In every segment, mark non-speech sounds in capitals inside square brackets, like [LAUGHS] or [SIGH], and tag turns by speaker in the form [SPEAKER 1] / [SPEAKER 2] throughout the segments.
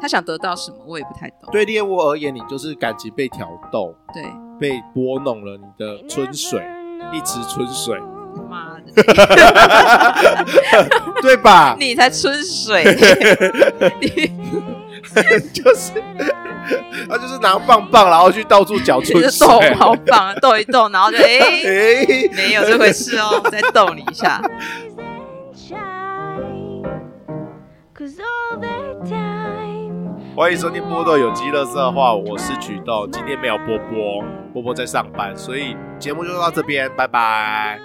[SPEAKER 1] 他想得到什么，我也不太懂。
[SPEAKER 2] 对猎物而言，你就是感情被挑逗、
[SPEAKER 1] 对，
[SPEAKER 2] 被拨弄了你的春水，一池春水，
[SPEAKER 1] 妈的， [LAUGHS]
[SPEAKER 2] 对吧？
[SPEAKER 1] 你才春水， [LAUGHS] 你
[SPEAKER 2] 就是， [LAUGHS] 他就是拿棒棒，然后去到处搅
[SPEAKER 1] 你
[SPEAKER 2] 春
[SPEAKER 1] 是
[SPEAKER 2] 水。 [LAUGHS]
[SPEAKER 1] 逗猫棒，逗一逗，然后就哎、
[SPEAKER 2] 哎、
[SPEAKER 1] 没有这回事哦，我再逗你一下。
[SPEAKER 3] Cause all the time
[SPEAKER 2] 欢迎收听波豆有机乐色话，我是曲豆，今天没有波波，波波在上班，所以节目就到这边，拜拜。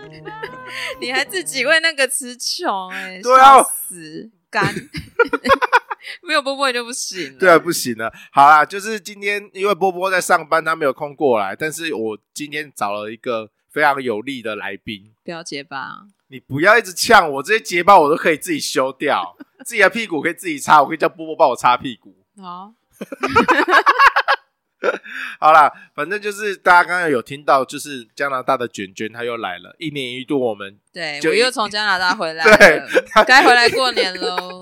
[SPEAKER 1] 你还自己为那个词穷哎，
[SPEAKER 2] 对啊
[SPEAKER 1] 笑死干， [LAUGHS] 没有波波你就不行了。
[SPEAKER 2] [LAUGHS] 对啊，不行了。好啦，就是今天因为波波在上班，他没有空过来，但是我今天找了一个非常有力的来宾。
[SPEAKER 1] 不要结巴，
[SPEAKER 2] 你不要一直呛我，这些结巴我都可以自己修掉，自己的屁股可以自己擦，我可以叫波波帮我擦屁股。
[SPEAKER 1] 好，
[SPEAKER 2] 好啦，反正就是大家刚刚有听到，就是加拿大的卷卷他又来了，一年一度我们 [LAUGHS]
[SPEAKER 1] 对
[SPEAKER 2] 就
[SPEAKER 1] 我
[SPEAKER 2] 一
[SPEAKER 1] 又从加拿大回来
[SPEAKER 2] [LAUGHS] 对
[SPEAKER 1] 了，该回来过年喽。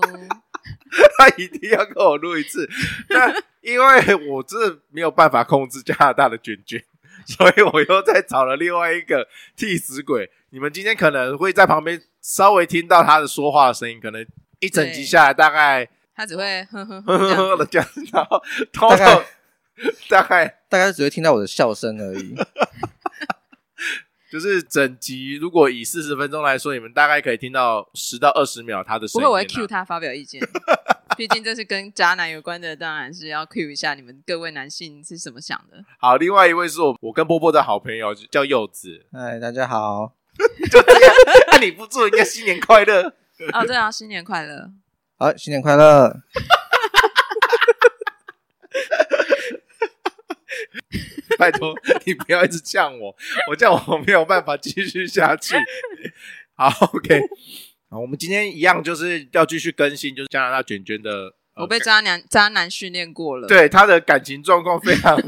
[SPEAKER 2] 他一定要跟我录一次。那因为我真的没有办法控制加拿大的卷卷，所以我又再找了另外一个替死鬼。你们今天可能会在旁边稍微听到他的说话的声音，可能一整集下来大概
[SPEAKER 1] 他只会哼 [LAUGHS] 哼
[SPEAKER 2] 呵
[SPEAKER 1] 哼这
[SPEAKER 2] 呵
[SPEAKER 1] 样，
[SPEAKER 2] 呵的这样，然后偷
[SPEAKER 4] 大
[SPEAKER 2] 偷
[SPEAKER 4] 概
[SPEAKER 2] 大概
[SPEAKER 4] 大概只会听到我的笑声而已。 [LAUGHS]
[SPEAKER 2] 就是整集，如果以四十分钟来说，你们大概可以听到十到二十秒他的
[SPEAKER 1] 不
[SPEAKER 2] 声音、
[SPEAKER 1] 会
[SPEAKER 2] 啊。
[SPEAKER 1] 我会 Q 他发表意见， [LAUGHS] 毕竟这是跟渣男有关的，当然是要 Q 一下你们各位男性是怎么想
[SPEAKER 2] [LAUGHS]
[SPEAKER 1] 的。
[SPEAKER 2] 好，另外一位是我我跟波波的好朋友，叫柚
[SPEAKER 4] [LAUGHS]
[SPEAKER 2] 子。
[SPEAKER 4] 嗨，大家好，
[SPEAKER 2] 就这样，那、你不祝人家新年快乐？
[SPEAKER 1] 哦，对啊，新年快乐！
[SPEAKER 4] 好，新年快乐！
[SPEAKER 2] 拜托你不要一直呛我，我这样我没有办法继续下去。好，OK，好，我们今天一样就是要继续更新，就是加拿大卷卷的，呃
[SPEAKER 1] 我被渣男渣男训练过了，
[SPEAKER 2] 对他的感情状况非常， [LAUGHS]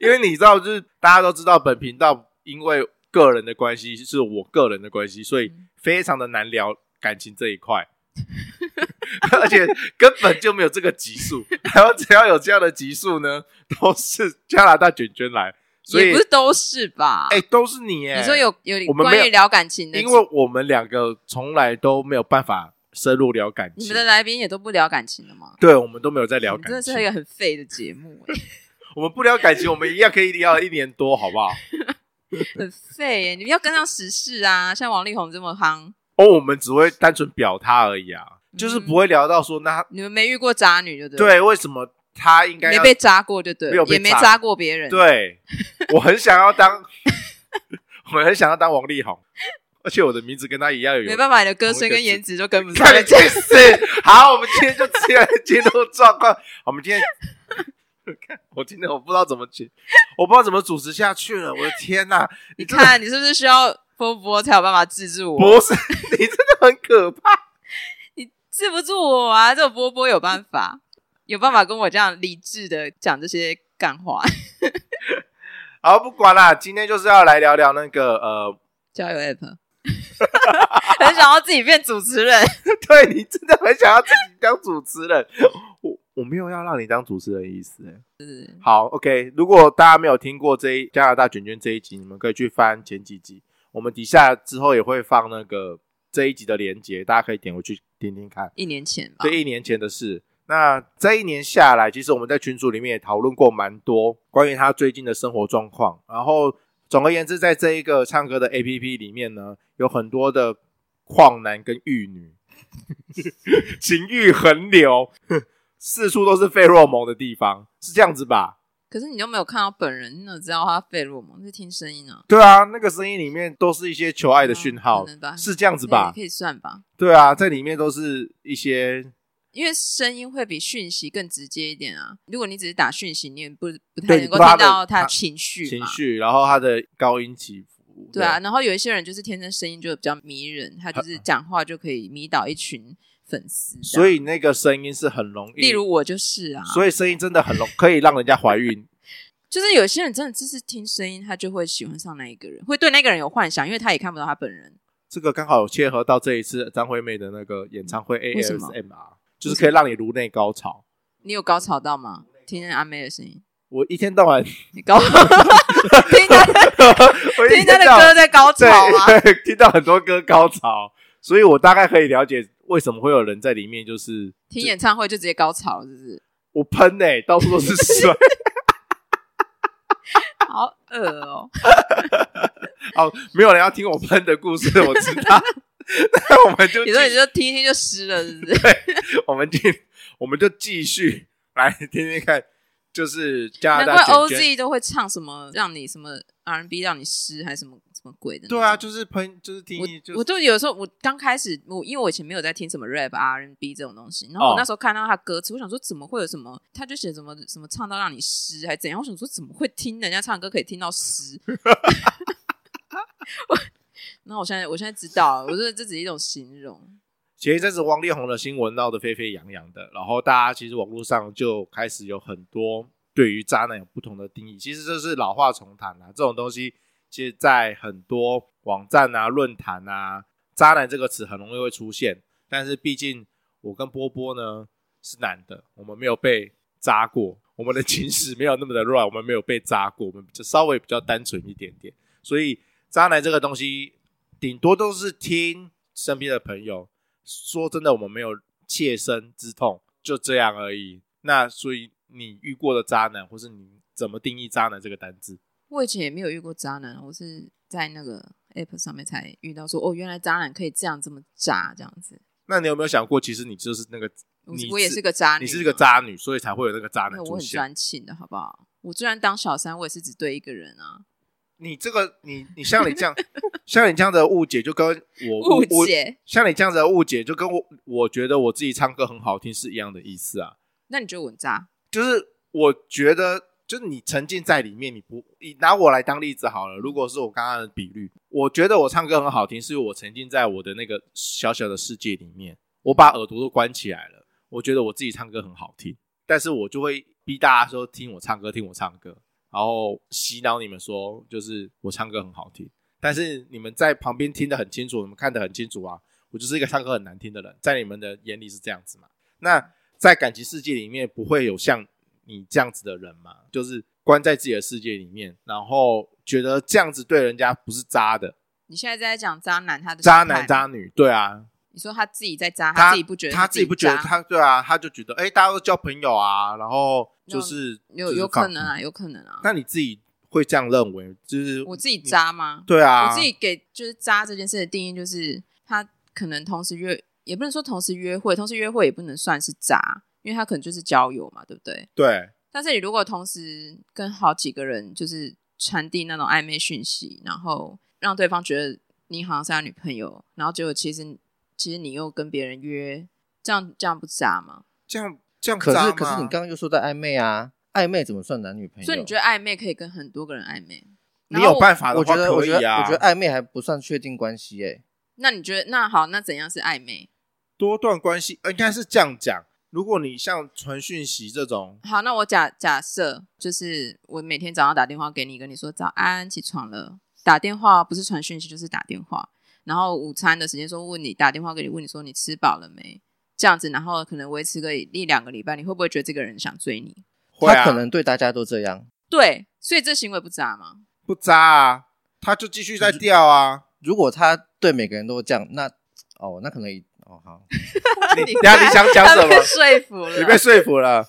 [SPEAKER 2] 因为你知道，就是大家都知道本频道因为个人的关系，是我个人的关系，所以
[SPEAKER 1] 嗯
[SPEAKER 2] 非常的难聊感情这一块。 [LAUGHS] 而且根本就没有这个集数，然后只要有这样的集数呢，都是加拿大卷卷来，所以
[SPEAKER 1] 也不是都是吧？
[SPEAKER 2] 哎、都是你哎、
[SPEAKER 1] 你说有有
[SPEAKER 2] 我们没有
[SPEAKER 1] 关于聊感情的，
[SPEAKER 2] 因为我们两个从来都没有办法深入聊感
[SPEAKER 1] 你
[SPEAKER 2] 情
[SPEAKER 1] 们，的来宾也都不聊感情的吗？
[SPEAKER 2] 对我们都没有在聊
[SPEAKER 1] 你真
[SPEAKER 2] 感
[SPEAKER 1] 的
[SPEAKER 2] 情
[SPEAKER 1] 是一。个很废的节目、欸， [LAUGHS]
[SPEAKER 2] 我们不聊感情，我们一样可以聊一年多，好不好？
[SPEAKER 1] 很废、欸。你们要跟上时事啊，像王力宏这么夯，
[SPEAKER 2] 哦，我们只会单纯表他而已啊，就是不会聊到说那他
[SPEAKER 1] 你们没遇过渣女嗯就对了，
[SPEAKER 2] 对为什么他应该
[SPEAKER 1] 没
[SPEAKER 2] 要
[SPEAKER 1] 被渣过就对
[SPEAKER 2] 没有
[SPEAKER 1] 了，
[SPEAKER 2] 被
[SPEAKER 1] 也没
[SPEAKER 2] 渣
[SPEAKER 1] 渣过别人。，
[SPEAKER 2] 对，我很想要当， [LAUGHS] 我很想要当王力宏，而且我的名字跟他一样有
[SPEAKER 1] 没办法，你的歌
[SPEAKER 2] 同一
[SPEAKER 1] 声
[SPEAKER 2] 个
[SPEAKER 1] 跟
[SPEAKER 2] 字
[SPEAKER 1] 颜值就跟不上
[SPEAKER 2] 看。你去死！好，我们今天就直接来进入状况。我们今天， [LAUGHS] 看我今天我不知道怎么去，我不知道怎么主持下去了。我的天哪、你
[SPEAKER 1] 你
[SPEAKER 2] 真的
[SPEAKER 1] 看，你是不是需要波波才有办法制住我？
[SPEAKER 2] 不是，你真的很可怕。
[SPEAKER 1] 制不住我啊！这种波波有办法，有办法跟我这样理智的讲这些干话。
[SPEAKER 2] 好，不管啦，今天就是要来聊聊那个呃，
[SPEAKER 1] 交友 app，很想要自己变主持人。
[SPEAKER 2] [LAUGHS] 对你真的很想要自己当主持人，我我没有要让你当主持人的意思、欸。好，OK。如果大家没有听过这一加拿大卷卷这一集，你们可以去翻前几集，我们底下之后也会放那个这一集的连接，大家可以点回去听听看。
[SPEAKER 1] 一年前吧，
[SPEAKER 2] 这一年前的事，那这一年下来，其实我们在群组里面也讨论过蛮多关于他最近的生活状况。然后总而言之，在这一个唱歌的 APP 里面呢，有很多的旷男跟玉女， [LAUGHS] 情欲横流，四处都是费洛蒙的地方，是这样子吧？
[SPEAKER 1] 可是你又没有看到本人，你哪知道他费洛蒙？是听声音啊，
[SPEAKER 2] 对啊，那个声音里面都是一些求爱的讯号
[SPEAKER 1] 嗯可，能吧，
[SPEAKER 2] 是这样子吧
[SPEAKER 1] 可以？可以算吧，
[SPEAKER 2] 对啊，在里面都是一些
[SPEAKER 1] 因为声音会比讯息更直接一点啊。如果你只是打讯息，你也不不太
[SPEAKER 2] 对
[SPEAKER 1] 能够
[SPEAKER 2] 你不知
[SPEAKER 1] 听
[SPEAKER 2] 道他的
[SPEAKER 1] 到
[SPEAKER 2] 他
[SPEAKER 1] 他情绪
[SPEAKER 2] 情
[SPEAKER 1] 嘛。
[SPEAKER 2] 绪，然后它的高音起伏。
[SPEAKER 1] 对啊，，然后有一些人就是天生声音就比较迷人，他就是讲话就可以迷倒一群粉丝。
[SPEAKER 2] 啊所
[SPEAKER 1] 以，
[SPEAKER 2] 以那个声音是很容易，
[SPEAKER 1] 例如，我就是啊，
[SPEAKER 2] 所以声音真的很容 [LAUGHS] 可以让人家怀孕。
[SPEAKER 1] 就是有些人真的只是听声音，他就会喜欢上那一个人，会对那个人有幻想，因为他也看不到他本人。
[SPEAKER 2] 这个刚好有切合到这一次张惠妹的那个演唱会
[SPEAKER 1] 为什么
[SPEAKER 2] ASMR，就是可以让你颅内高潮。
[SPEAKER 1] 你有高潮到吗？听见阿妹的声音，
[SPEAKER 2] 我一天到
[SPEAKER 1] [LAUGHS]
[SPEAKER 2] 晚， [LAUGHS]
[SPEAKER 1] 你高听她的
[SPEAKER 2] 我一
[SPEAKER 1] 听
[SPEAKER 2] 天
[SPEAKER 1] 她的
[SPEAKER 2] 到晚
[SPEAKER 1] 歌在高潮啊吗？
[SPEAKER 2] 对对， [LAUGHS] 听到很多歌高潮，所以我大概可以了解为什么会有人在里面，就是
[SPEAKER 1] 听演唱会就直接高潮了，是不是？
[SPEAKER 2] 我喷哎、到处都是
[SPEAKER 1] [LAUGHS]
[SPEAKER 2] 水
[SPEAKER 1] 好恶哦！
[SPEAKER 2] 哦，没有人要听我喷的故事，我知道。 [LAUGHS] 那我们 [LAUGHS] 就
[SPEAKER 1] 你说
[SPEAKER 2] 继
[SPEAKER 1] 你就听一听就湿了，是不是？
[SPEAKER 2] [LAUGHS] 我们继我们就继续来听听看，就是加拿
[SPEAKER 1] 难
[SPEAKER 2] 大
[SPEAKER 1] 怪
[SPEAKER 2] 卷卷
[SPEAKER 1] OZ 都会唱什么让你什么 R&B 让你湿还是什么什么鬼的那种。
[SPEAKER 2] 对啊，就是喷，就是听
[SPEAKER 1] 我
[SPEAKER 2] 一就
[SPEAKER 1] 我就有时候我刚开始我因为我以前没有在听什么 rap R&B 这种东西，然后
[SPEAKER 2] 哦
[SPEAKER 1] 我那时候看到他歌词，我想说怎么会有什么，他就写什么什么唱到让你湿还怎样，我想说怎么会听人家唱歌可以听到湿？ [LAUGHS] 我那我现在我现在知道了，我觉得这只是一种形容，
[SPEAKER 2] 前一阵子王力宏的新闻闹得沸沸扬扬的，然后大家其实网络上就开始有很多对于渣男有不同的定义。其实这是老话重谈啦、这种东西其实在很多网站啊、论坛啊，“渣男”这个词很容易会出现。但是毕竟我跟波波呢是男的，我们没有被渣过，我们的情史没有那么的乱，我们没有被渣过，我们就稍微比较单纯一点点。所以渣男这个东西，顶多都是听身边的朋友。说真的，我们没有切身之痛，就这样而已。那所以你遇过的渣男，或是你怎么定义渣男这个单字？
[SPEAKER 1] 我以前也没有遇过渣男，我是在那个 app 上面才遇到说哦，原来渣男可以这样这么渣这样子，
[SPEAKER 2] 那你有没有想过，其实你就是那个，
[SPEAKER 1] 我
[SPEAKER 2] 你
[SPEAKER 1] 我也
[SPEAKER 2] 是
[SPEAKER 1] 是个渣女，
[SPEAKER 2] 你是个。渣女，所以才会有那个渣
[SPEAKER 1] 因
[SPEAKER 2] 男
[SPEAKER 1] 啊为我
[SPEAKER 2] 出
[SPEAKER 1] 很
[SPEAKER 2] 现。
[SPEAKER 1] 专情的好不好？我虽然当小三，我也是只对一个人啊。
[SPEAKER 2] 你这个，你你像你这样， [LAUGHS] 像你这样的误解，就跟我
[SPEAKER 1] 误，
[SPEAKER 2] 我
[SPEAKER 1] 解。
[SPEAKER 2] 像你这样子的误解，就跟我我觉得我自己唱歌很好听是一样的意思啊。
[SPEAKER 1] 那你觉得我很渣？
[SPEAKER 2] 就是我觉得，就是你沉浸在里面，你不，你拿我来当例子好了。如果是我刚刚的比率，我觉得我唱歌很好听，是因为我沉浸在我的那个小小的世界里面，我把耳朵都关起来了。我觉得我自己唱歌很好听，但是我就会逼大家说听我唱歌，听我唱歌，然后洗脑你们说就是我唱歌很好听，但是你们在旁边听得很清楚，你们看得很清楚啊。我就是一个唱歌很难听的人，在你们的眼里是这样子嘛？那在感情世界里面，不会有像你这样子的人嘛？就是关在自己的世界里面，然后觉得这样子对人家不是渣的，
[SPEAKER 1] 你现在在讲渣男，他的
[SPEAKER 2] 渣
[SPEAKER 1] 心态
[SPEAKER 2] 男渣女，对啊，
[SPEAKER 1] 你说啊他自己在渣，
[SPEAKER 2] 他
[SPEAKER 1] 自己不觉得
[SPEAKER 2] 他
[SPEAKER 1] 自
[SPEAKER 2] 自己不觉得
[SPEAKER 1] 渣
[SPEAKER 2] 他对啊，他就觉得哎、诶大家都交朋友啊，然后就是
[SPEAKER 1] 有
[SPEAKER 2] 就是
[SPEAKER 1] 有
[SPEAKER 2] 放
[SPEAKER 1] 可能啊，有可能啊。
[SPEAKER 2] 那你自己会这样认为？就是
[SPEAKER 1] 我自己
[SPEAKER 2] 你，
[SPEAKER 1] 渣吗？
[SPEAKER 2] 对啊，
[SPEAKER 1] 我自己给就是渣这件事的定义就是，他可能同时约，也不能说同时约会，同时约会也不能算是渣，因为他可能就是交友嘛，对不对？
[SPEAKER 2] 对
[SPEAKER 1] 但是你如果同时跟好几个人就是传递那种暧昧讯息，然后让对方觉得你好像是他女朋友，然后结果其实其实你又跟别人约，这样这样不渣吗？
[SPEAKER 2] 这样这样
[SPEAKER 4] 可
[SPEAKER 2] 渣
[SPEAKER 4] 是
[SPEAKER 2] 吗
[SPEAKER 4] 可是你刚刚又说到暧昧啊，暧昧怎么算男女朋友？
[SPEAKER 1] 所以你觉得暧昧可以跟很多个人暧昧？
[SPEAKER 2] 你
[SPEAKER 1] 然后
[SPEAKER 2] 有办法的
[SPEAKER 4] 我
[SPEAKER 2] 话
[SPEAKER 4] 觉得，我
[SPEAKER 2] 可
[SPEAKER 4] 觉
[SPEAKER 2] 以
[SPEAKER 4] 得，
[SPEAKER 2] 啊，
[SPEAKER 4] 我觉得暧昧还不算确定关系诶、
[SPEAKER 1] 那你觉得那好，那怎样是暧昧？
[SPEAKER 2] 多段关系，呃应该是这样讲。如果你像传讯息这种，
[SPEAKER 1] 好，那我假假设就是我每天早上打电话给你，跟你说早安，起床了。打电话不是传讯息就是打电话，然后午餐的时间说问你打电话给你问你说你吃饱了没，这样子，然后可能维持个一两个礼拜，你会不会觉得这个人想追你？
[SPEAKER 2] 会啊，
[SPEAKER 4] 他可能对大家都这样。
[SPEAKER 1] 对，所以这行为不渣吗？
[SPEAKER 2] 不渣啊，他就继续在掉
[SPEAKER 1] [LAUGHS]
[SPEAKER 2] 啊。
[SPEAKER 4] 如果他对每个人都这样，那哦，那可能一哦好，
[SPEAKER 1] [LAUGHS]
[SPEAKER 2] 你等下你想讲什
[SPEAKER 1] 他被
[SPEAKER 2] 么？
[SPEAKER 1] 说服了，
[SPEAKER 2] 你被说服了，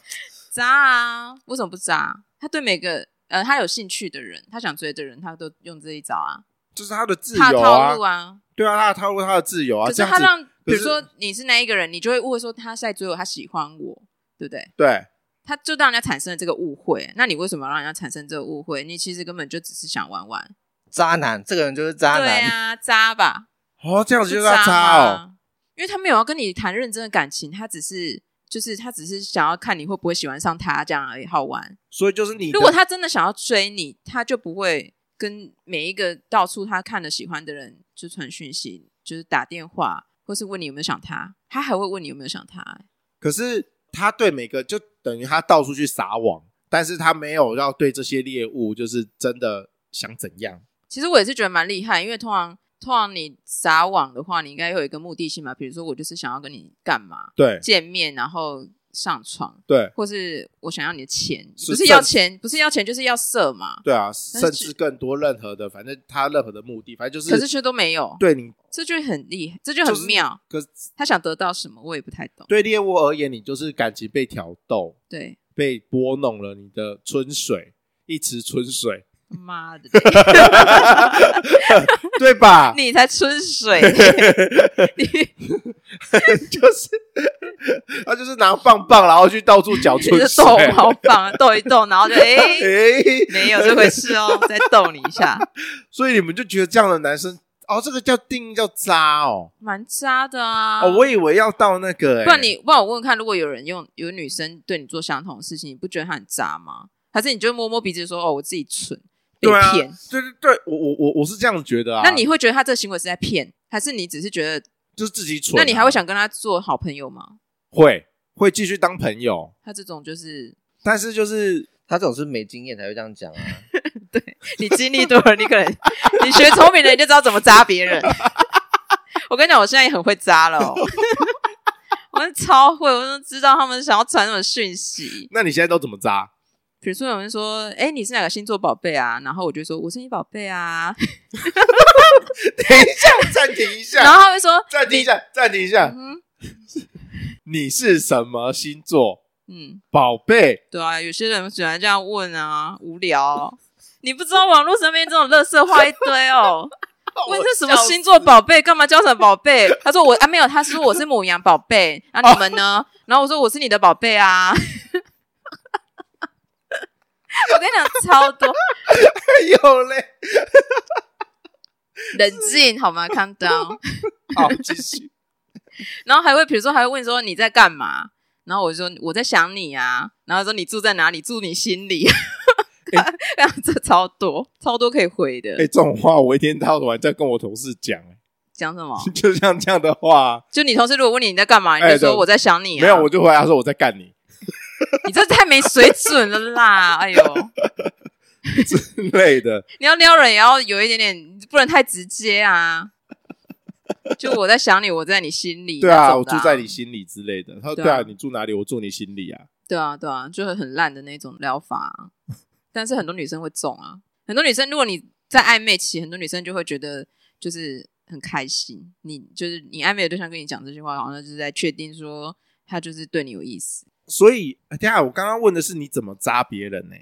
[SPEAKER 1] 渣啊？为什么不渣？他对每个呃他有兴趣的人，他想追的人，他都用这一招啊，
[SPEAKER 2] 这是他的自
[SPEAKER 1] 他的
[SPEAKER 2] 由
[SPEAKER 1] 套
[SPEAKER 2] 啊
[SPEAKER 1] 路，啊。
[SPEAKER 2] 对啊，他的套路，他的自由啊，
[SPEAKER 1] 可
[SPEAKER 2] 这
[SPEAKER 1] 是
[SPEAKER 2] 样
[SPEAKER 1] 他
[SPEAKER 2] 子
[SPEAKER 1] 让，比
[SPEAKER 2] 可
[SPEAKER 1] 如
[SPEAKER 2] 是
[SPEAKER 1] 说你是那一个人，你就会误会说他是在追我，他喜欢我，对不对？
[SPEAKER 2] 对
[SPEAKER 1] 他就让人家产生了这个误会。那你为什么要让人家产生这个误会？你其实根本就只是想玩玩。
[SPEAKER 4] 渣男，这个人就是渣
[SPEAKER 1] 对
[SPEAKER 4] 男。
[SPEAKER 1] 啊，渣吧，
[SPEAKER 2] 哦，这样子就
[SPEAKER 1] 不
[SPEAKER 2] 叫渣哦，
[SPEAKER 1] 吗。因为他没有要跟你谈认真的感情，他只是就是他只是想要看你会不会喜欢上他这样而已，好玩。
[SPEAKER 2] 所以就是你的
[SPEAKER 1] 如果他真的想要追你，他就不会跟每一个到处他看了喜欢的人就传讯息，就是打电话，或是问你有没有想他，他还会问你有没有想他、欸
[SPEAKER 2] 可是他对每个就等于他到处去撒网，但是他没有要对这些猎物就是真的想怎样，
[SPEAKER 1] 其实我也是觉得蛮厉害，因为通常通常你撒网的话，你应该有一个目的性嘛，比如说我就是想要跟你干嘛
[SPEAKER 2] 对
[SPEAKER 1] 见面，然后上床，
[SPEAKER 2] 对
[SPEAKER 1] 或是我想要你的钱，
[SPEAKER 2] 是
[SPEAKER 1] 不是要
[SPEAKER 2] 正
[SPEAKER 1] 钱，不是要钱就是要色嘛，
[SPEAKER 2] 对啊，
[SPEAKER 1] 但是
[SPEAKER 2] 甚至更多任何的，反正他任何的目的，反正就
[SPEAKER 1] 可是却都没有，
[SPEAKER 2] 对你，
[SPEAKER 1] 这就很厉害，这就
[SPEAKER 2] 就
[SPEAKER 1] 很
[SPEAKER 2] 是
[SPEAKER 1] 妙。
[SPEAKER 2] 可是
[SPEAKER 1] 他想得到什么，我也不太懂。
[SPEAKER 2] 对猎物而言，你就是感情被挑逗、
[SPEAKER 1] 对，
[SPEAKER 2] 被拨弄了你的春水，一池春水， [LAUGHS]
[SPEAKER 1] 妈的嘞，
[SPEAKER 2] 对吧？
[SPEAKER 1] [LAUGHS] 你才春
[SPEAKER 2] [LAUGHS]
[SPEAKER 1] 水，你
[SPEAKER 2] 就是 [LAUGHS] 他就是拿棒棒，然后去到处搅
[SPEAKER 1] 你
[SPEAKER 2] 春
[SPEAKER 1] 是
[SPEAKER 2] 水。
[SPEAKER 1] 逗
[SPEAKER 2] [LAUGHS]
[SPEAKER 1] 好棒，逗一逗，然后就哎。
[SPEAKER 2] 哎，
[SPEAKER 1] 没有这回事哦，再逗你一
[SPEAKER 2] [LAUGHS]
[SPEAKER 1] 下，
[SPEAKER 2] 所以你们就觉得这样的男生，哦，这个叫定义叫渣哦。
[SPEAKER 1] 蛮渣的啊！
[SPEAKER 2] 哦，我以为要到那个、欸，
[SPEAKER 1] 不然你不然我问问看，如果有人用有女生对你做相同的事情，你不觉得她很渣吗？还是你就摸摸鼻子说哦，我自己蠢，被
[SPEAKER 2] 对啊
[SPEAKER 1] 骗？，
[SPEAKER 2] 对对对，我我我我是这样觉得啊。
[SPEAKER 1] 那你会觉得他这个行为是在骗，还是你只是觉得？
[SPEAKER 2] 就是自己蠢啊、
[SPEAKER 1] 那你还会想跟他做好朋友吗？
[SPEAKER 2] 会会继续当朋友，
[SPEAKER 1] 他这种就是
[SPEAKER 2] 但是就是
[SPEAKER 4] 他这种是没经验才会这样讲啊。
[SPEAKER 1] 你经历多了，你可能 [LAUGHS] 你学聪明了，你就知道怎么扎别人。我跟你讲，我现在也很会扎了、哦， [LAUGHS] 我真的超会，我都知道他们想要传什么讯息。
[SPEAKER 2] 那你现在都怎么渣？ [LAUGHS]
[SPEAKER 1] 比如说有人说：“哎、你是哪个星座宝贝啊？”然后我就说：“我是你宝贝啊。
[SPEAKER 2] 等一下，暂停一”
[SPEAKER 1] 然
[SPEAKER 2] 下，
[SPEAKER 1] 后他会说
[SPEAKER 2] 暂停一下，暂停一：“下。
[SPEAKER 1] 嗯
[SPEAKER 2] 你是什么星座？
[SPEAKER 1] 嗯，
[SPEAKER 2] 宝贝，
[SPEAKER 1] 对啊，有些人喜欢这样问啊，无聊哦、你不知道网络上面这种垃圾话一堆哦。问这什么星座宝贝？干嘛叫什么宝贝？他说我啊没有，他说我是母羊宝贝。啊你们呢？然后我说我是你的宝贝啊。 [LAUGHS] 我跟你讲超多，
[SPEAKER 2] 没有嘞？
[SPEAKER 1] 冷静好吗？Calm down。
[SPEAKER 2] 好，继
[SPEAKER 1] [LAUGHS]
[SPEAKER 2] 续。
[SPEAKER 1] 然后还会比如说还会问说你在干嘛？然后我就说我在想你啊。然后说你住在哪里？住你心里。哎、 [LAUGHS] 这超多超多可以回的
[SPEAKER 2] 哎、。这种话我一天到晚在跟我同事讲、欸，
[SPEAKER 1] 讲什么？
[SPEAKER 2] 就像这样的话，
[SPEAKER 1] 就你同事如果问你你在干嘛，你
[SPEAKER 2] 哎
[SPEAKER 1] 就说
[SPEAKER 2] 对
[SPEAKER 1] 我在想你、啊
[SPEAKER 2] 没有我就回答说我在干
[SPEAKER 1] [LAUGHS]
[SPEAKER 2] 你
[SPEAKER 1] 你这太没水准了
[SPEAKER 2] [LAUGHS]
[SPEAKER 1] 啦！哎呦，
[SPEAKER 2] 之类的。
[SPEAKER 1] 你要撩人也要有一点点，不能太直接啊。就我在想你，我在你心里。
[SPEAKER 2] 对啊，
[SPEAKER 1] 那
[SPEAKER 2] 我
[SPEAKER 1] 种的
[SPEAKER 2] 住在你。心里之类的。他说
[SPEAKER 1] 对
[SPEAKER 2] 对
[SPEAKER 1] 啊
[SPEAKER 2] 啊，你住哪里？我住你心里啊。
[SPEAKER 1] 对啊，对啊，就是很烂的那种撩法啊、 [LAUGHS] 但是很多女生会中啊，很多女生如果你在暧昧期，很多女生就会觉得就是很开心。你就是你暧昧的对象跟你讲这句话，好像就是在确定说他就是对你有意思。
[SPEAKER 2] 所以，哎等一下我刚刚问的是你怎么扎别人呢、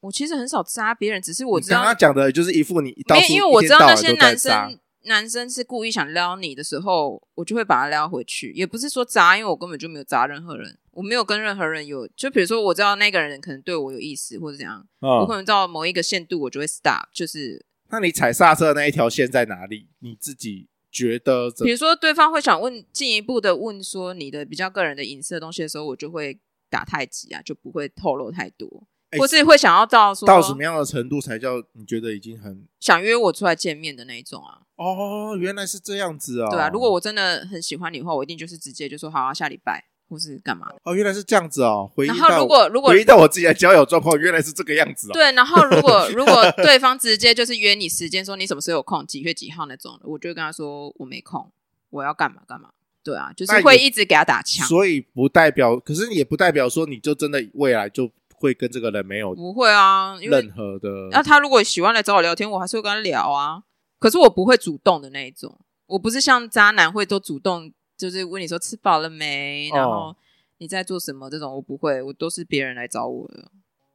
[SPEAKER 1] 我其实很少扎别人，只是我
[SPEAKER 2] 你
[SPEAKER 1] 知道
[SPEAKER 2] 刚刚讲的就是一副你到
[SPEAKER 1] 没有，
[SPEAKER 2] 处
[SPEAKER 1] 因为我
[SPEAKER 2] 一
[SPEAKER 1] 知
[SPEAKER 2] 天
[SPEAKER 1] 道
[SPEAKER 2] 到
[SPEAKER 1] 那
[SPEAKER 2] 晚
[SPEAKER 1] 些
[SPEAKER 2] 都在
[SPEAKER 1] 男
[SPEAKER 2] 扎
[SPEAKER 1] 生男生是故意想撩你的时候，我就会把他撩回去，也不是说砸，因为我根本就没有砸任何人，我没有跟任何人有，就比如说我知道那个人可能对我有意思或者怎样，我可
[SPEAKER 2] 嗯，
[SPEAKER 1] 能到某一个限度我就会 stop，就是
[SPEAKER 2] 那你踩刹车的那一条线在哪里？你自己觉得怎
[SPEAKER 1] 比如说对方会想问进一步的问说你的比较个人的隐私的东西的时候，我就会打太极啊，就不会透露太多，
[SPEAKER 2] 哎
[SPEAKER 1] 或是会想要到说
[SPEAKER 2] 到什么样的程度才叫你觉得已经很
[SPEAKER 1] 想约我出来见面的那一种啊。
[SPEAKER 2] 哦，原来是这样子哦。
[SPEAKER 1] 对啊，如果我真的很喜欢你的话，我一定就是直接就说好啊，下礼拜或是干嘛的。
[SPEAKER 2] 哦原来是这样子哦，回忆
[SPEAKER 1] 然后
[SPEAKER 2] 到
[SPEAKER 1] 如果如果
[SPEAKER 2] 回忆到我自己的交友状况，原来是这个样子哦。
[SPEAKER 1] 对，然后
[SPEAKER 2] [LAUGHS]
[SPEAKER 1] 如果如果对方直接就是约你时间，说你什么时候有空，几月几号那种的，我就会跟他说我没空，我要干嘛干嘛。对啊，就
[SPEAKER 2] 那
[SPEAKER 1] 是
[SPEAKER 2] 也
[SPEAKER 1] 会一直给他打枪。
[SPEAKER 2] 所以不代表，可是也不代表说你就真的未来就会跟这个人没有
[SPEAKER 1] 不会啊，因为啊
[SPEAKER 2] 任何的。
[SPEAKER 1] 那、他如果喜欢来找我聊天，我还是会跟他聊啊。可是我不会主动的那一种，我不是像渣男会都主动，就是问你说吃饱了没，然后
[SPEAKER 2] 哦
[SPEAKER 1] 你在做什么这种，我不会，我都是别人来找我的。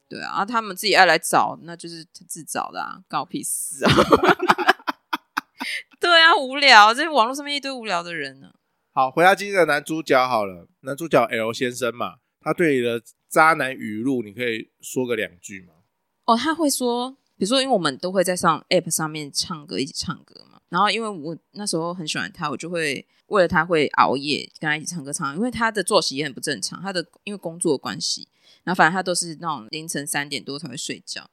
[SPEAKER 1] 对啊，啊他们自己爱来找，那就是自找的啊，搞屁事啊！ [LAUGHS] 对啊，无聊，这网络上面一堆无聊的人啊呢、
[SPEAKER 2] 好，回到今天的男主角好了，男主角 L 先生嘛，他对你的渣男语录，你可以说个两句吗？
[SPEAKER 1] 哦，他会说，比如说，因为我们都会在上 App 上面唱歌，一起唱歌嘛。然后，因为我那时候很喜欢他，我就会为了他会熬夜跟他一起唱歌唱。因为他的作息也很不正常，他的因为工作的关系，然后反正他都是那种凌晨三点多才会睡觉。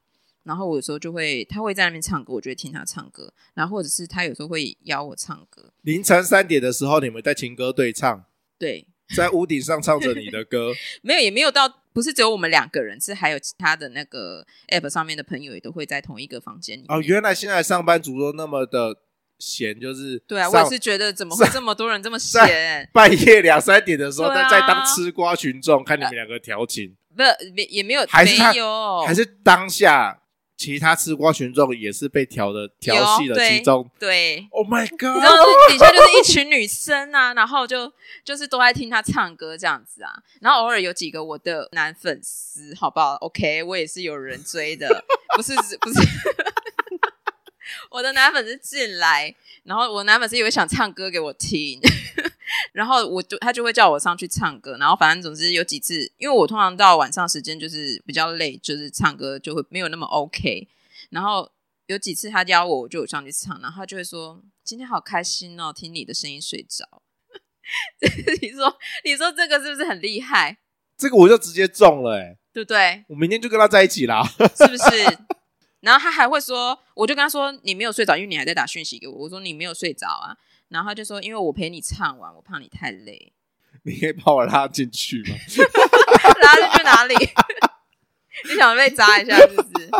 [SPEAKER 1] 然后我有时候就会，他会在那边唱歌，我就会听他唱歌。然后或者是他有时候会邀我唱歌，
[SPEAKER 2] 凌晨三点的时候，你们在情歌对唱，
[SPEAKER 1] 对，
[SPEAKER 2] 在屋顶上唱着你的歌，
[SPEAKER 1] 没有也没有到，不是只有我们两个人，是还有其他的那
[SPEAKER 2] 哦
[SPEAKER 1] 个 App 上面的朋友也都会在同一个房间里面。
[SPEAKER 2] 哦，原来现在上班族都那么的闲，就是
[SPEAKER 1] 对啊，我
[SPEAKER 2] 上
[SPEAKER 1] 也是觉得怎么会这么多人这么闲？
[SPEAKER 2] 半夜两三点的时候，
[SPEAKER 1] 对啊
[SPEAKER 2] 在在当吃瓜群众，看你们两个调情，
[SPEAKER 1] 不，没也没有，
[SPEAKER 2] 还是他
[SPEAKER 1] 没有，
[SPEAKER 2] 还是当下其他吃瓜群众也是被调的调戏的
[SPEAKER 1] 对
[SPEAKER 2] 其中。
[SPEAKER 1] 对。
[SPEAKER 2] Oh my
[SPEAKER 1] 你知道，
[SPEAKER 2] god！
[SPEAKER 1] 就底下就是一群女生啊，然后就就是都在听她唱歌这样子啊，然后偶尔有几个我的男粉丝，好不好？OK，我也是有人追的，不是 [LAUGHS] 不是，我的男粉丝进来，然后我男粉丝也会想唱歌给我听，然后我就他就会叫我上去唱歌，然后反正总之有几次，因为我通常到晚上时间就是比较累，就是唱歌就会没有那么 OK，然后有几次他邀我，我就有上去唱，然后他就会说：“今天好开心哦，听你的声音睡着。” [LAUGHS] 你说，你说这个是不是很厉害？
[SPEAKER 2] 这个我就直接中了、欸，
[SPEAKER 1] 对不对？
[SPEAKER 2] 我明天就跟他在一起啦。 [LAUGHS]
[SPEAKER 1] 是不是？ [LAUGHS] 然后他还会说，我就跟他说：“你没有睡着，因为你还在打讯息给我。”我说：“你没有睡着啊。”然后他就说：“因为我陪你唱完，我怕你太累。
[SPEAKER 2] 你可以把我拉进去吗？”
[SPEAKER 1] 拉进去哪里？ [LAUGHS] 你想被扎一下是不是？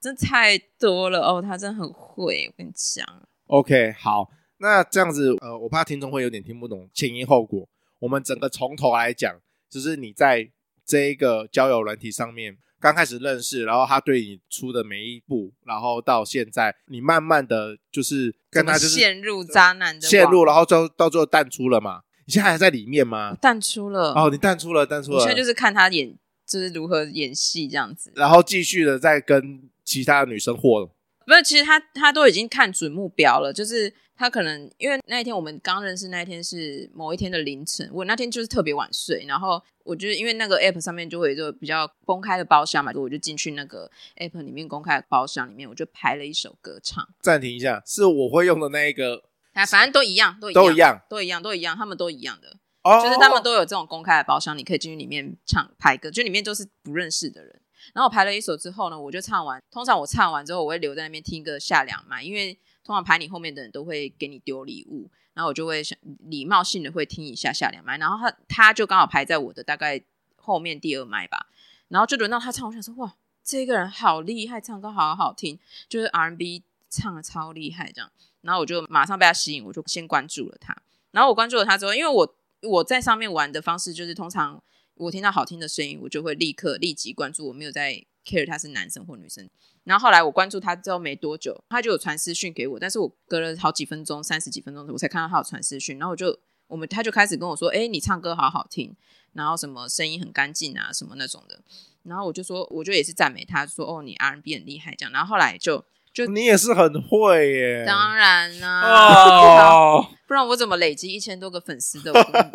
[SPEAKER 1] 真太多了哦，他真的很会，我跟你讲。
[SPEAKER 2] OK，好，那这样子，呃，我怕听众会有点听不懂前因后果。我们整个从头来讲，就是你在这一个交友软体上面刚开始认识，然后他对你出的每一步，然后到现在，你慢慢的就是跟他就
[SPEAKER 1] 怎么
[SPEAKER 2] 是
[SPEAKER 1] 陷入渣男的
[SPEAKER 2] 陷
[SPEAKER 1] 网
[SPEAKER 2] 入，然后到到最后淡出了嘛？你现在还在里面吗？
[SPEAKER 1] 淡出了。
[SPEAKER 2] 哦，你淡出了，淡出
[SPEAKER 1] 我
[SPEAKER 2] 了
[SPEAKER 1] 现在，就是看他演，就是如何演戏这样子。
[SPEAKER 2] 然后继续的再跟其他的女生混。
[SPEAKER 1] 没有，其实他他都已经看准目标了，就是他可能因为那一天我们刚认识那一天是某一天的凌晨，我那天就是特别晚睡，然后我就是因为那个 app 上面就会有一个比较公开的包厢嘛，我就进去那个 app 里面公开的包厢里面，我就排了一首歌唱。
[SPEAKER 2] 暂停一下，是我会用的那一个
[SPEAKER 1] 哎，反正都一样，都一样，
[SPEAKER 2] 都一，样，
[SPEAKER 1] 都一样，都一样，他们都一样的，
[SPEAKER 2] 哦，
[SPEAKER 1] 就是他们都有这种公开的包厢，你可以进去里面唱排歌，就里面都是不认识的人。然后我排了一首之后呢，我就唱完。通常我唱完之后，我会留在那边听个下两麦，因为通常排你后面的人都会给你丢礼物，然后我就会想礼貌性的会听一下下两麦。然后他他就刚好排在我的大概后面第二麦吧，然后就轮到他唱，我想说哇，这个人好厉害，唱歌好好听，就是 R&B 唱的超厉害这样。然后我就马上被他吸引，我就先关注了他。然后我关注了他之后，因为我我在上面玩的方式就是，通常我听到好听的声音，我就会立刻立即关注，我没有在 care 他是男生或女生。然后后来我关注他之后没多久，他就有传私讯给我，但是我隔了好几分钟，三十几分钟我才看到他有传私讯，然后我就我们他就开始跟我说，哎，你唱歌好好听，然后什么声音很干净啊，什么那种的。然后我就说，我就也是赞美他说，哦，你 R&B 很厉害这样。然后后来就
[SPEAKER 2] 你也是很会耶，
[SPEAKER 1] 当然啦、
[SPEAKER 2] 哦，
[SPEAKER 1] 不然我怎么累积一千多个粉丝的？我根本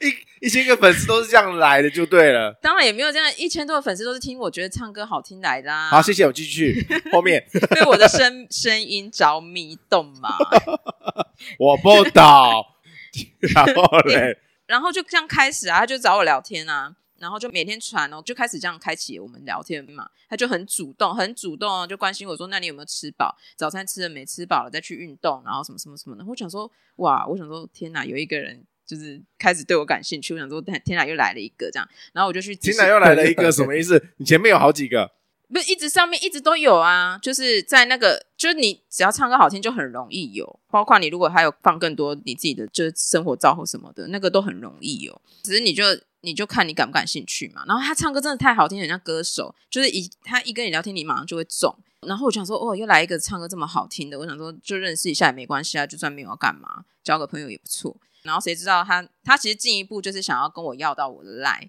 [SPEAKER 2] [LAUGHS] 一一千个粉丝都是这样来的，就对了。
[SPEAKER 1] 当然也没有这样，一千多的粉丝都是听我觉得唱歌好听来的、啊，
[SPEAKER 2] 好，谢谢，我继续 [LAUGHS] 后面。
[SPEAKER 1] 对我的声声音着迷，懂吗？ [LAUGHS]
[SPEAKER 2] 我不倒，然后
[SPEAKER 1] [LAUGHS]
[SPEAKER 2] 嘞，
[SPEAKER 1] 然后就这样开始啊，他就找我聊天啊，然后就每天传哦，就开始这样开启我们聊天嘛。他就很主动，很主动哦，就关心我说，那你有没有吃饱？早餐吃了没？吃饱了再去运动，然后什么什么什么的。我想说，哇，我想说，天哪，有一个人就是开始对我感兴趣，我想说，天天哪，又来了一个这样，然后我就去仔
[SPEAKER 2] 天
[SPEAKER 1] 细
[SPEAKER 2] 哪，又来了一个，什么意思？
[SPEAKER 1] [LAUGHS]
[SPEAKER 2] 你前面有好几个，
[SPEAKER 1] 不是一直上面一直都有啊，就是在那个，就是你只要唱歌好听就很容易有，包括你如果还有放更多你自己的就是生活照或什么的，那个都很容易有，只是你就你就看你感不感兴趣嘛。然后他唱歌真的太好听，很像歌手，就是一他一跟你聊天，你马上就会中。然后我想说，哦，又来一个唱歌这么好听的，我想说就认识一下也没关系啊，就算没有要干嘛，交个朋友也不错。然后谁知道他他其实进一步就是想要跟我要到我的 line。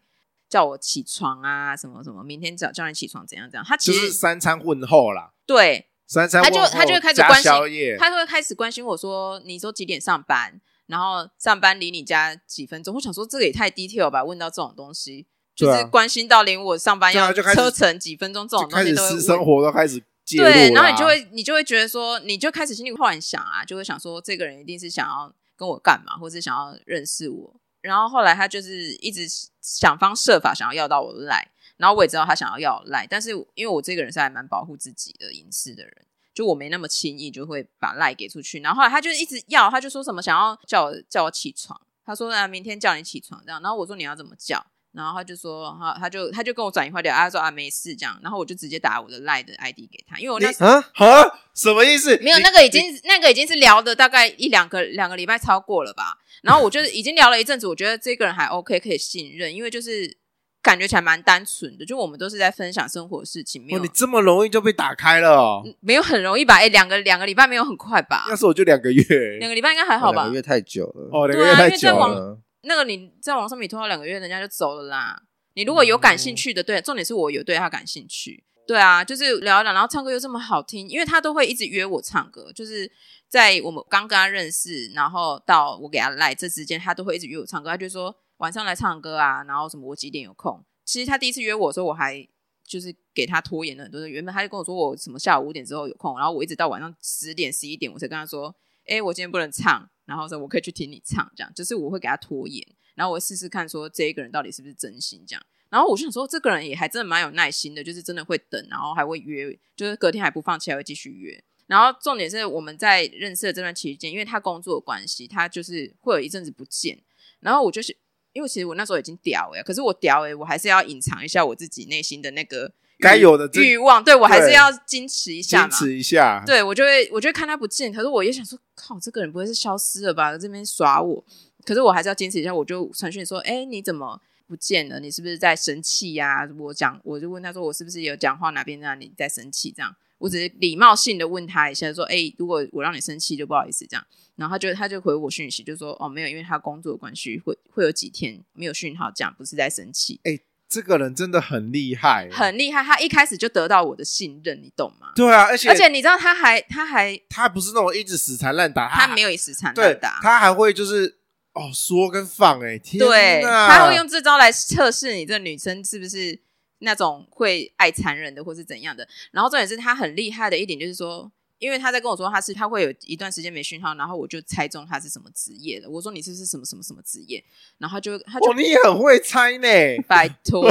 [SPEAKER 1] 叫我起床啊，什么什么，明天叫叫你起床，怎样怎样。他其
[SPEAKER 2] 就
[SPEAKER 1] 实、
[SPEAKER 2] 是三餐混后啦，
[SPEAKER 1] 对，
[SPEAKER 2] 三餐混
[SPEAKER 1] 他
[SPEAKER 2] 后
[SPEAKER 1] 就他就会开始
[SPEAKER 2] 加
[SPEAKER 1] 关心
[SPEAKER 2] 宵夜，
[SPEAKER 1] 他会开始关心我说，你都几点上班？然后上班离你家几分钟？我想说这个也太 detail 吧，问到这种东西，就
[SPEAKER 2] 对啊
[SPEAKER 1] 是关心到连我上班
[SPEAKER 2] 对啊
[SPEAKER 1] 要
[SPEAKER 2] 就开始
[SPEAKER 1] 车程几分钟这
[SPEAKER 2] 就
[SPEAKER 1] 种东
[SPEAKER 2] 开
[SPEAKER 1] 西
[SPEAKER 2] 始
[SPEAKER 1] 都会
[SPEAKER 2] 私
[SPEAKER 1] 问
[SPEAKER 2] 生活都开始介入啦，
[SPEAKER 1] 对，然后你就会你就会觉得说，你就开始心里幻想啊，就会想说这个人一定是想要跟我干嘛，或是想要认识我。然后后来他就是一直想方设法想要要到我的赖，然后我也知道他想要要我赖，但是因为我这个人是还蛮保护自己的隐私的人，就我没那么轻易就会把赖给出去。然后后来他就一直要，他就说什么想要叫我叫我起床，他说啊明天叫你起床这样，然后我说你要怎么叫？然后他就说，他他就他就跟我转移话题，啊他说啊没事这样，然后我就直接打我的赖的 ID 给他，因为我那时
[SPEAKER 4] 啊，
[SPEAKER 2] 啊，什么意思？
[SPEAKER 1] 没有
[SPEAKER 2] 你
[SPEAKER 1] 那个已经那个已经是聊的大概一两个两个礼拜超过了吧，然后我就是已经聊了一阵子，我觉得这个人还 OK 可以信任，因为就是感觉起来蛮单纯的，就我们都是在分享生活的事情，没
[SPEAKER 2] 哇
[SPEAKER 1] 有
[SPEAKER 2] 哦你这么容易就被打开了哦。
[SPEAKER 1] 没有很容易吧？哎，两个两个礼拜没有很快吧
[SPEAKER 2] 要？是我就两个月，
[SPEAKER 1] 两个礼拜应该还好吧
[SPEAKER 4] 两个？月太久了，嗯
[SPEAKER 2] 哦，两个
[SPEAKER 1] 对
[SPEAKER 2] 月
[SPEAKER 1] 啊
[SPEAKER 2] 太
[SPEAKER 1] 因为
[SPEAKER 2] 久
[SPEAKER 1] 在网
[SPEAKER 2] 了。
[SPEAKER 4] 了。
[SPEAKER 1] 那个你在网上面拖到两个月，人家就走了
[SPEAKER 4] 嗯
[SPEAKER 1] 啦。你如果有感兴趣的，对，重点是我有对他感兴趣。对啊，就是聊一聊，然后唱歌又这么好听，因为他都会一直约我唱歌，就是在我们刚跟他认识，然后到我给他来这之间，他都会一直约我唱歌。他就说晚上来唱歌啊，然后什么我几点有空。其实他第一次约我的时候，我还就是给他拖延了很多。原本他就跟我说我什么下午五点之后有空，然后我一直到晚上十点十一点，我才跟他说，哎、我今天不能唱，然后说我可以去听你唱，这样就是我会给他拖延，然后我会试试看说这一个人到底是不是真心这样。然后我就想说，这个人也还真的蛮有耐心的，就是真的会等，然后还会约，就是隔天还不放弃，还会继续约。然后重点是我们在认识的这段期间，因为他工作的关系，他就是会有一阵子不见，然后我就是因为其实我那时候已经屌哎、可是我屌哎、我还是要隐藏一下我自己内心的那个欲
[SPEAKER 2] 该有的这
[SPEAKER 1] 欲望，对我还是
[SPEAKER 2] 对
[SPEAKER 1] 要矜持一下
[SPEAKER 2] 坚
[SPEAKER 1] 嘛，
[SPEAKER 2] 持一下，
[SPEAKER 1] 对我就会，我就会看他不见，可是我也想说，靠，这个人不会是消失了吧？这边耍我，可是我还是要坚持一下，我就传讯说，哎，你怎么不见了？你是不是在生气呀、我讲，我就问他说，我是不是有讲话哪边让你在生气？这样，我只是礼貌性的问他一下，说，哎，如果我让你生气，就不好意思这样。然后他就他就回我讯息，就说，哦，没有，因为他工作的关系，会会有几天没有讯号，这样不是在生气，
[SPEAKER 2] 这个人真的很厉害，
[SPEAKER 1] 很厉害。他一开始就得到我的信任，你懂吗？
[SPEAKER 2] 对啊，而且
[SPEAKER 1] 而且你知道他还他还
[SPEAKER 2] 他不是那种一直死缠烂打，
[SPEAKER 1] 他没
[SPEAKER 2] 有
[SPEAKER 1] 有一时惨
[SPEAKER 2] 啊对
[SPEAKER 1] 难打，
[SPEAKER 2] 他还会就是哦说跟放哎，天
[SPEAKER 1] 啊对，
[SPEAKER 2] 哪
[SPEAKER 1] 他会用这招来测试你这女生是不是那种会爱残忍的，或是怎样的。然后重点是他很厉害的一点就是说，因为他在跟我说他是他会有一段时间没讯号，然后我就猜中他是什么职业的。我说你是不是什么什么什么职业？然后他就他就、
[SPEAKER 2] 哦，你也很会猜呢，
[SPEAKER 1] 拜托，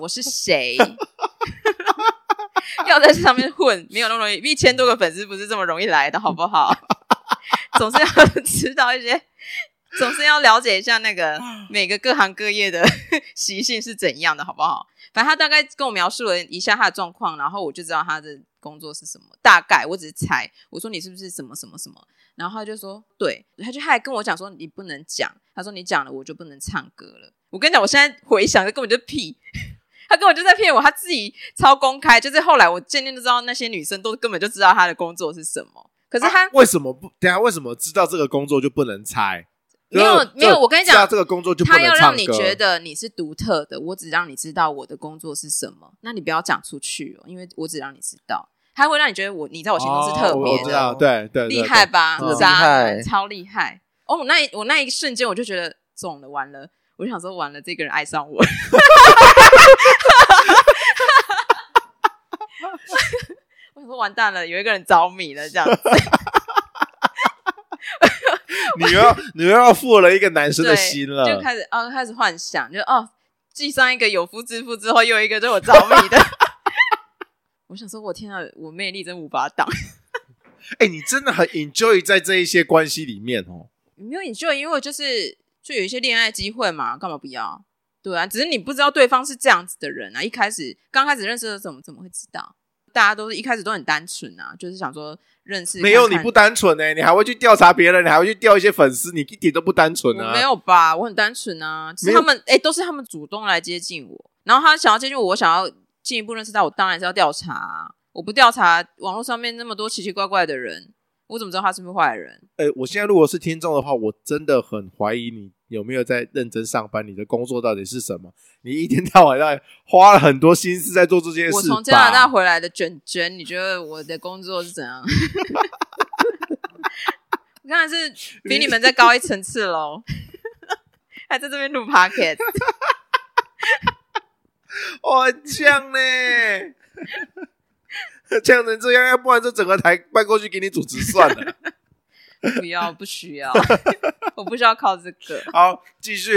[SPEAKER 1] 我是
[SPEAKER 2] [LAUGHS]
[SPEAKER 1] 谁？要在这上面混没有那么容易，一千多个粉丝不是这么容易来的，好不好？总是要知道一些，总是要了解一下那个每个各行各业的 [LAUGHS] 习性是怎样的，好不好？反正他大概跟我描述了一下他的状况，然后我就知道他的工作是什么，大概我只是猜。我说你是不是什么什么什么？然后他就说对，他就他还跟我讲说你不能讲，他说你讲了我就不能唱歌了。我跟你讲，我现在回想，这根本就屁。他根本就在骗我，他自己超公开。就是后来我渐渐就知道，那些女生都根本就知道他的工作是什么。 [LAUGHS] 可是他、
[SPEAKER 2] 啊为什么不？等一下为什么知道这个工作就不能猜？
[SPEAKER 1] 没有
[SPEAKER 2] 就是
[SPEAKER 1] 没有我跟你讲
[SPEAKER 2] 知道这个工作就不能
[SPEAKER 1] 他要
[SPEAKER 2] 唱
[SPEAKER 1] 让你
[SPEAKER 2] 歌
[SPEAKER 1] 觉得你是独特的，我只让你知道我的工作是什么，那你不要讲出去哦，因为我只让你知道，他会让你觉得我你在我心中是特
[SPEAKER 2] 哦
[SPEAKER 1] 别
[SPEAKER 2] 我知
[SPEAKER 1] 的，
[SPEAKER 2] 道，对对，对嗯
[SPEAKER 1] 厉害？吧
[SPEAKER 2] 真的？
[SPEAKER 1] 渣
[SPEAKER 4] 厉害
[SPEAKER 1] 男超厉害！哦，我那一我那一瞬间我就觉得中了，完了，我就想说完了，这个人爱上我。 [LAUGHS] 我想说完蛋了，有一个人着迷了，这样子。
[SPEAKER 2] 对你又要你又要负了一个男生的
[SPEAKER 1] 对
[SPEAKER 2] 心了，
[SPEAKER 1] 就开始哦，开始幻想，就哦，继上一个有夫之妇之后，又一个对我着迷的。 [LAUGHS] 我想说，我天啊，我魅力真无法挡。
[SPEAKER 2] 哎、你真的很 enjoy 在这一些关系里面哦。
[SPEAKER 1] 没有 enjoy，因为就是就有一些恋爱机会嘛，干嘛不要？对啊，只是你不知道对方是这样子的人啊。一开始刚开始认识的时候怎么怎么会知道？大家都是一开始都很单纯啊，就是想说认识看看。
[SPEAKER 2] 没有，你不单纯呢、你还会去调查别人，你还会去调一些粉丝，你一点都不单纯
[SPEAKER 1] 我
[SPEAKER 2] 啊。
[SPEAKER 1] 没，有吧？我很单纯啊，只
[SPEAKER 2] 没
[SPEAKER 1] 是
[SPEAKER 2] 有
[SPEAKER 1] 他们哎、都是他们主动来接近我，然后他想要接近我，我想要进一步认识到，我当然是要调查、啊。我不调查网络上面那么多奇奇怪怪的人，我怎么知道他是不是坏人？
[SPEAKER 2] 哎、我现在如果是听众的话，我真的很怀疑你有没有在认真上班，你的工作到底是什么？你一天到晚在花了很多心思在做这件事吧。
[SPEAKER 1] 我从加拿大回来的卷卷，你觉得我的工作是怎样？ [LAUGHS] 我当然是比你们再高一层次喽， [LAUGHS] 还在这边录 podcast，
[SPEAKER 2] 哇，哦很呛呢、 [LAUGHS] 呛成这样，要不然这整个台搬过去给你主持算了。
[SPEAKER 1] 不要不需要， [LAUGHS] 我不需要靠这个。
[SPEAKER 2] 好，继续。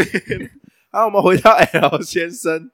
[SPEAKER 2] [LAUGHS] 好，我们回到 L 先生，